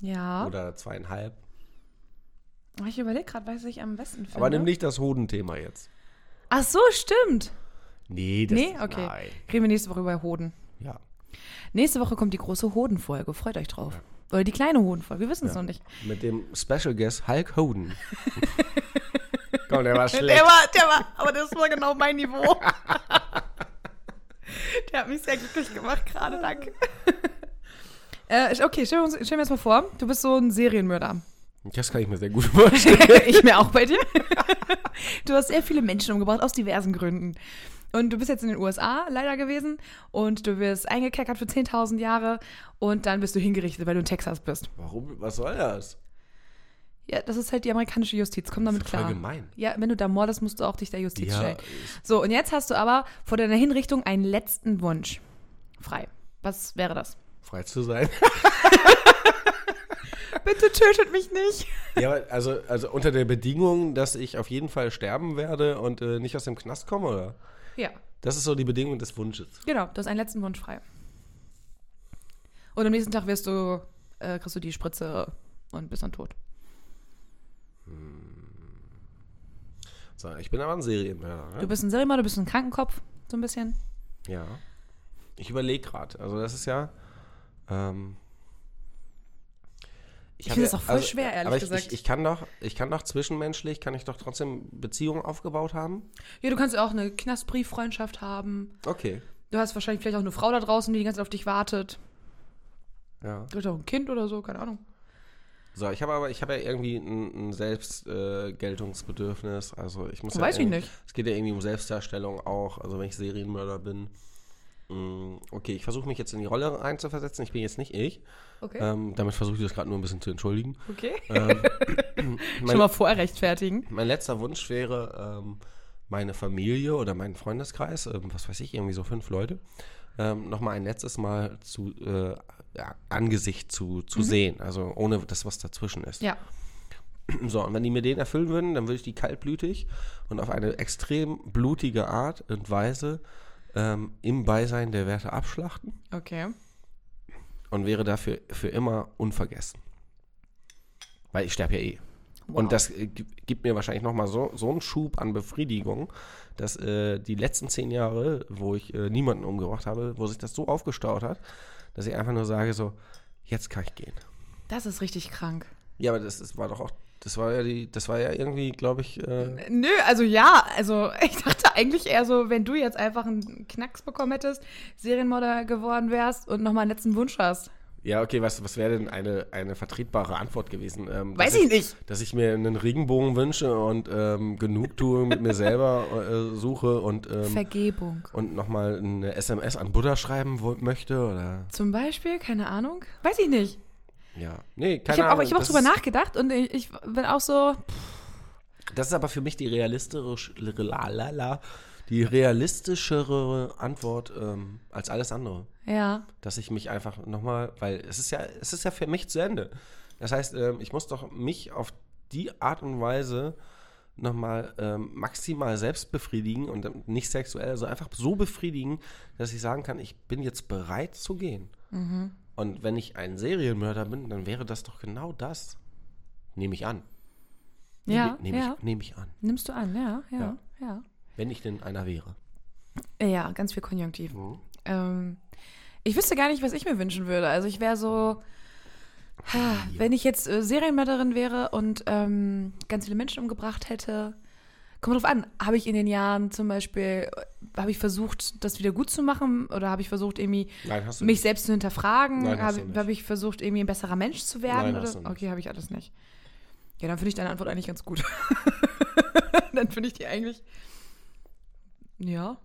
C: Ja.
D: Oder zweieinhalb?
C: Ich überlege gerade, was ich am besten finde.
D: Aber nimm nicht das Hodenthema jetzt.
C: Ach so, stimmt.
D: Nee,
C: nee, okay. Reden wir nächste Woche über Hoden.
D: Ja.
C: Nächste Woche kommt die große Hodenfolge. Freut euch drauf. Oder die kleine Hodenfolge. Wir wissen es noch nicht.
D: Mit dem Special Guest Hulk Hoden. Komm, der war schlecht.
C: Der war, der war, aber das war genau mein Niveau. der hat mich sehr glücklich gemacht gerade, danke. äh, okay, stell, uns, stell mir jetzt mal vor, du bist so ein Serienmörder.
D: Das kann ich mir sehr gut vorstellen.
C: ich mir auch bei dir. Du hast sehr viele Menschen umgebracht, aus diversen Gründen. Und du bist jetzt in den USA leider gewesen und du wirst eingekerkert für 10.000 Jahre und dann bist du hingerichtet, weil du in Texas bist.
D: Warum? Was soll das?
C: Ja, das ist halt die amerikanische Justiz, komm damit
D: ist doch
C: klar.
D: voll gemein.
C: Ja, wenn du da mordest, musst du auch dich der Justiz
D: Ja, äh,
C: stellen. So, und jetzt hast du aber vor deiner Hinrichtung einen letzten Wunsch frei. Was wäre das?
D: Frei zu sein.
C: Bitte tötet mich nicht.
D: ja, aber also, also unter der Bedingung, dass ich auf jeden Fall sterben werde und äh, nicht aus dem Knast komme, oder?
C: Ja,
D: Das ist so die Bedingung des Wunsches.
C: genau, du hast einen letzten Wunsch frei. Und am nächsten Tag wirst du, äh, kriegst du die Spritze und bist dann tot.
D: So, ich bin aber ein Serienmörder. Ne?
C: Du bist ein Serienmörder, du bist ein Krankenkopf, so ein bisschen.
D: Ja. Ich überlege gerade. Also das ist ja. Ähm,
C: Ich
D: hab
C: find
D: ja- also,
C: das auch voll schwer, ehrlich
D: aber ich,
C: gesagt.
D: Ich, ich kann doch, ich kann doch zwischenmenschlich, kann ich doch trotzdem Beziehungen aufgebaut haben.
C: Ja, du kannst auch eine Knastbrieffreundschaft haben.
D: Okay.
C: Du hast wahrscheinlich vielleicht auch eine Frau da draußen, die die ganze Zeit auf dich wartet.
D: Ja.
C: Du hast auch ein Kind oder so, keine Ahnung.
D: So, ich habe aber, ich habe ja irgendwie ein, ein Selbstgeltungsbedürfnis. Äh, Geltungsbedürfnis. also ich muss. Ja
C: Weiß ich
D: irgendwie-
C: nicht.
D: Es geht ja irgendwie um Selbstdarstellung auch. Also wenn ich Serienmörder bin. Mm, Okay, ich versuche mich jetzt in die Rolle einzuversetzen. Ich bin jetzt nicht ich.
C: Okay.
D: Ähm, damit versuche ich das gerade nur ein bisschen zu entschuldigen.
C: okay.
D: Ähm,
C: Schon mal vorrechtfertigen.
D: Mein letzter Wunsch wäre, ähm, meine Familie oder meinen Freundeskreis, ähm, was weiß ich, irgendwie so fünf Leute, ähm, nochmal ein letztes Mal zu, äh, ja, Angesicht zu, zu
C: Mhm.
D: sehen. Also ohne das, was dazwischen ist.
C: Ja.
D: So, und wenn die mir den erfüllen würden, dann würde ich die kaltblütig und auf eine extrem blutige Art und Weise ähm, im Beisein der Werte abschlachten
C: Okay.
D: und wäre dafür für immer unvergessen. Weil ich sterbe ja eh.
C: Wow.
D: Und das äh, gi- gibt mir wahrscheinlich nochmal so, so einen Schub an Befriedigung, dass äh, die letzten zehn Jahre, wo ich äh, niemanden umgebracht habe, wo sich das so aufgestaut hat, dass ich einfach nur sage so, jetzt kann ich gehen.
C: Das ist richtig krank.
D: Ja, aber das, ist, war doch auch, das war ja die, das war ja irgendwie, glaube ich, äh,
C: Nö, also ja, also ich dachte eigentlich eher so, wenn du jetzt einfach einen Knacks bekommen hättest, Serienmörder geworden wärst und nochmal einen letzten Wunsch hast.
D: Ja, okay, was, was wäre denn eine, eine vertretbare Antwort gewesen? Ähm,
C: Weiß
D: dass
C: ich nicht.
D: Dass ich mir einen Regenbogen wünsche und ähm, Genugtuung mit mir selber äh, suche und, ähm,
C: Vergebung.
D: und nochmal eine SMS an Buddha schreiben wo- möchte oder.
C: Zum Beispiel, keine Ahnung. Weiß ich nicht.
D: Ja. Nee, keine
C: Ich habe auch,
D: Ahnung.
C: ich hab auch
D: das
C: drüber
D: ist-
C: nachgedacht und ich, ich bin auch so,
D: Das ist aber für mich die realistisch, lalala, die realistischere Antwort ähm, als alles andere.
C: ja.
D: Dass ich mich einfach nochmal, weil es ist ja, es ist ja für mich zu Ende. Das heißt, ähm, ich muss doch mich auf die Art und Weise nochmal ähm, maximal selbst befriedigen und ähm, nicht sexuell, also einfach so befriedigen, dass ich sagen kann, ich bin jetzt bereit zu gehen.
C: Mhm.
D: Und wenn ich ein Serienmörder bin, dann wäre das doch genau das. Nehme ich an.
C: Ja,
D: Nehme
C: ja.
D: ich, nehme ich an.
C: Nimmst du an, ja, ja,
D: Ja.
C: ja.
D: Wenn ich denn einer wäre.
C: Ja, ganz viel Konjunktiv. Ähm, ich wüsste gar nicht, was ich mir wünschen würde. Also ich wäre so, ha, wenn ich jetzt äh, Serienmörderin wäre und ähm, ganz viele Menschen umgebracht hätte. Kommt drauf an, habe ich in den Jahren zum Beispiel, äh, habe ich versucht, das wieder gut zu machen oder habe ich versucht, irgendwie
D: Nein, hast du
C: mich
D: nicht.
C: selbst zu hinterfragen?
D: Nein, hast
C: Habe
D: du nicht.
C: hab ich versucht, irgendwie ein besserer Mensch zu werden?
D: Nein, hast
C: oder?
D: du nicht.
C: Okay, habe ich alles nicht. Ja, dann finde ich deine Antwort eigentlich ganz gut. dann finde ich die eigentlich. Ja.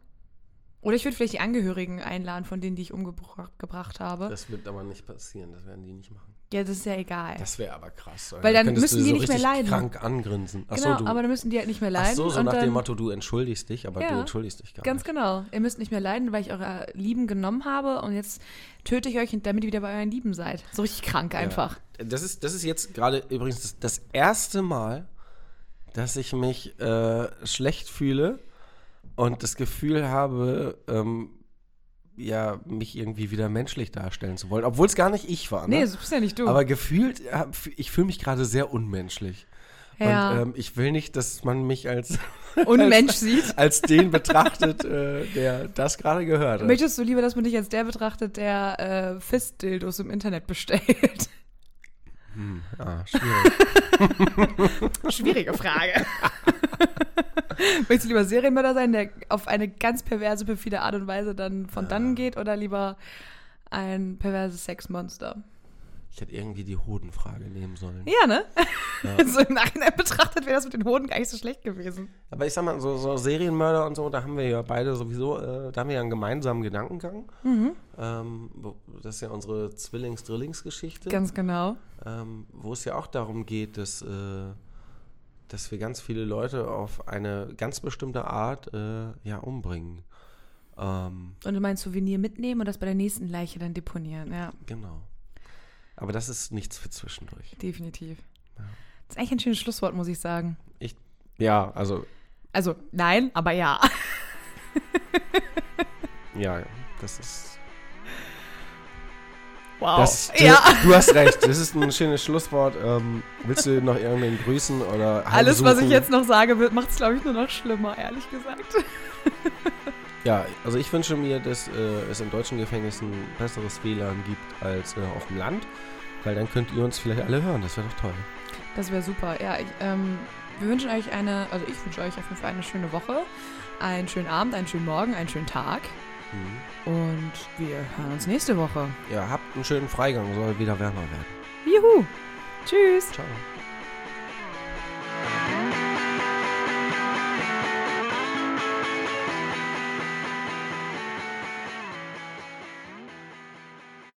C: Oder ich würde vielleicht die Angehörigen einladen, von denen, die ich umgebracht habe.
D: Das wird aber nicht passieren, das werden die nicht machen.
C: ja, das ist ja egal.
D: Das wäre aber krass.
C: Weil dann
D: könntest du
C: müssen die
D: so
C: nicht mehr
D: richtig
C: leiden.
D: krank angrinsen. Ach
C: genau,
D: so, du,
C: aber dann müssen die halt nicht mehr leiden.
D: ach so, so
C: und
D: nach
C: dann,
D: dem Motto, du entschuldigst dich, aber
C: Ja,
D: du entschuldigst dich gar
C: Ganz
D: nicht.
C: genau. Ihr müsst nicht mehr leiden, weil ich eure Lieben genommen habe und jetzt töte ich euch, damit ihr wieder bei euren Lieben seid. So richtig krank genau, einfach.
D: Ja. Das, ist, das ist jetzt gerade übrigens das, das erste Mal, dass ich mich äh, schlecht fühle und das Gefühl habe, ähm, ja, mich irgendwie wieder menschlich darstellen zu wollen. Obwohl es gar nicht ich war. Ne?
C: Nee, das bist ja nicht du.
D: aber gefühlt, hab- ich fühle mich gerade sehr unmenschlich.
C: ja.
D: Und ähm, ich will nicht, dass man mich als,
C: und Mensch sieht.
D: als den betrachtet, äh, der das gerade gehört hat.
C: Möchtest du lieber, dass man dich als der betrachtet, der äh, Fistdildos im Internet bestellt?
D: Ah, schwierig.
C: Schwierige Frage. Möchtest du lieber Serienmörder sein, der auf eine ganz perverse, perfide Art und Weise dann von dannen geht, oder lieber ein perverses Sexmonster?
D: Ich hätte irgendwie die Hodenfrage nehmen sollen.
C: Ja, ne? so im Nachhinein betrachtet wäre das mit den Hoden gar nicht so schlecht gewesen.
D: Aber ich sag mal, so, so Serienmörder und so, da haben wir ja beide sowieso, äh, da haben wir ja einen gemeinsamen Gedankengang.
C: Mhm.
D: Ähm, wo- das ist ja unsere Zwillings-Drillings-Geschichte.
C: Ganz genau.
D: ähm, wo es ja auch darum geht, dass, äh, dass wir ganz viele Leute auf eine ganz bestimmte Art äh, ja, umbringen. Ähm,
C: Und du meinst Souvenir mitnehmen und das bei der nächsten Leiche dann deponieren. Ja,
D: genau. Aber das ist nichts für zwischendurch.
C: definitiv. Das ist eigentlich ein schönes Schlusswort, muss ich sagen.
D: Ich, ja, also,
C: Also nein, aber ja.
D: ja, das ist.
C: Wow.
D: Das, du,
C: Oh, ja.
D: du hast recht, das ist ein schönes Schlusswort. Ähm, willst du noch irgendwen grüßen oder
C: Alles, was ich
D: heimsuchen?
C: jetzt noch sage, macht es, glaube ich, nur noch schlimmer, ehrlich gesagt.
D: Ja, also ich wünsche mir, dass äh, es in deutschen Gefängnissen besseres WLAN gibt als äh, auf dem Land, weil dann könnt ihr uns vielleicht alle hören. Das wäre doch toll.
C: Das wäre super. Ja, ich, ähm, wir wünschen euch eine, also ich wünsche euch auf jeden Fall eine schöne Woche, einen schönen Abend, einen schönen Morgen, einen schönen Tag.
D: Mhm.
C: Und wir hören uns nächste Woche.
D: Ja, habt einen schönen Freigang, soll wieder wärmer werden.
C: Juhu. Tschüss.
D: Ciao.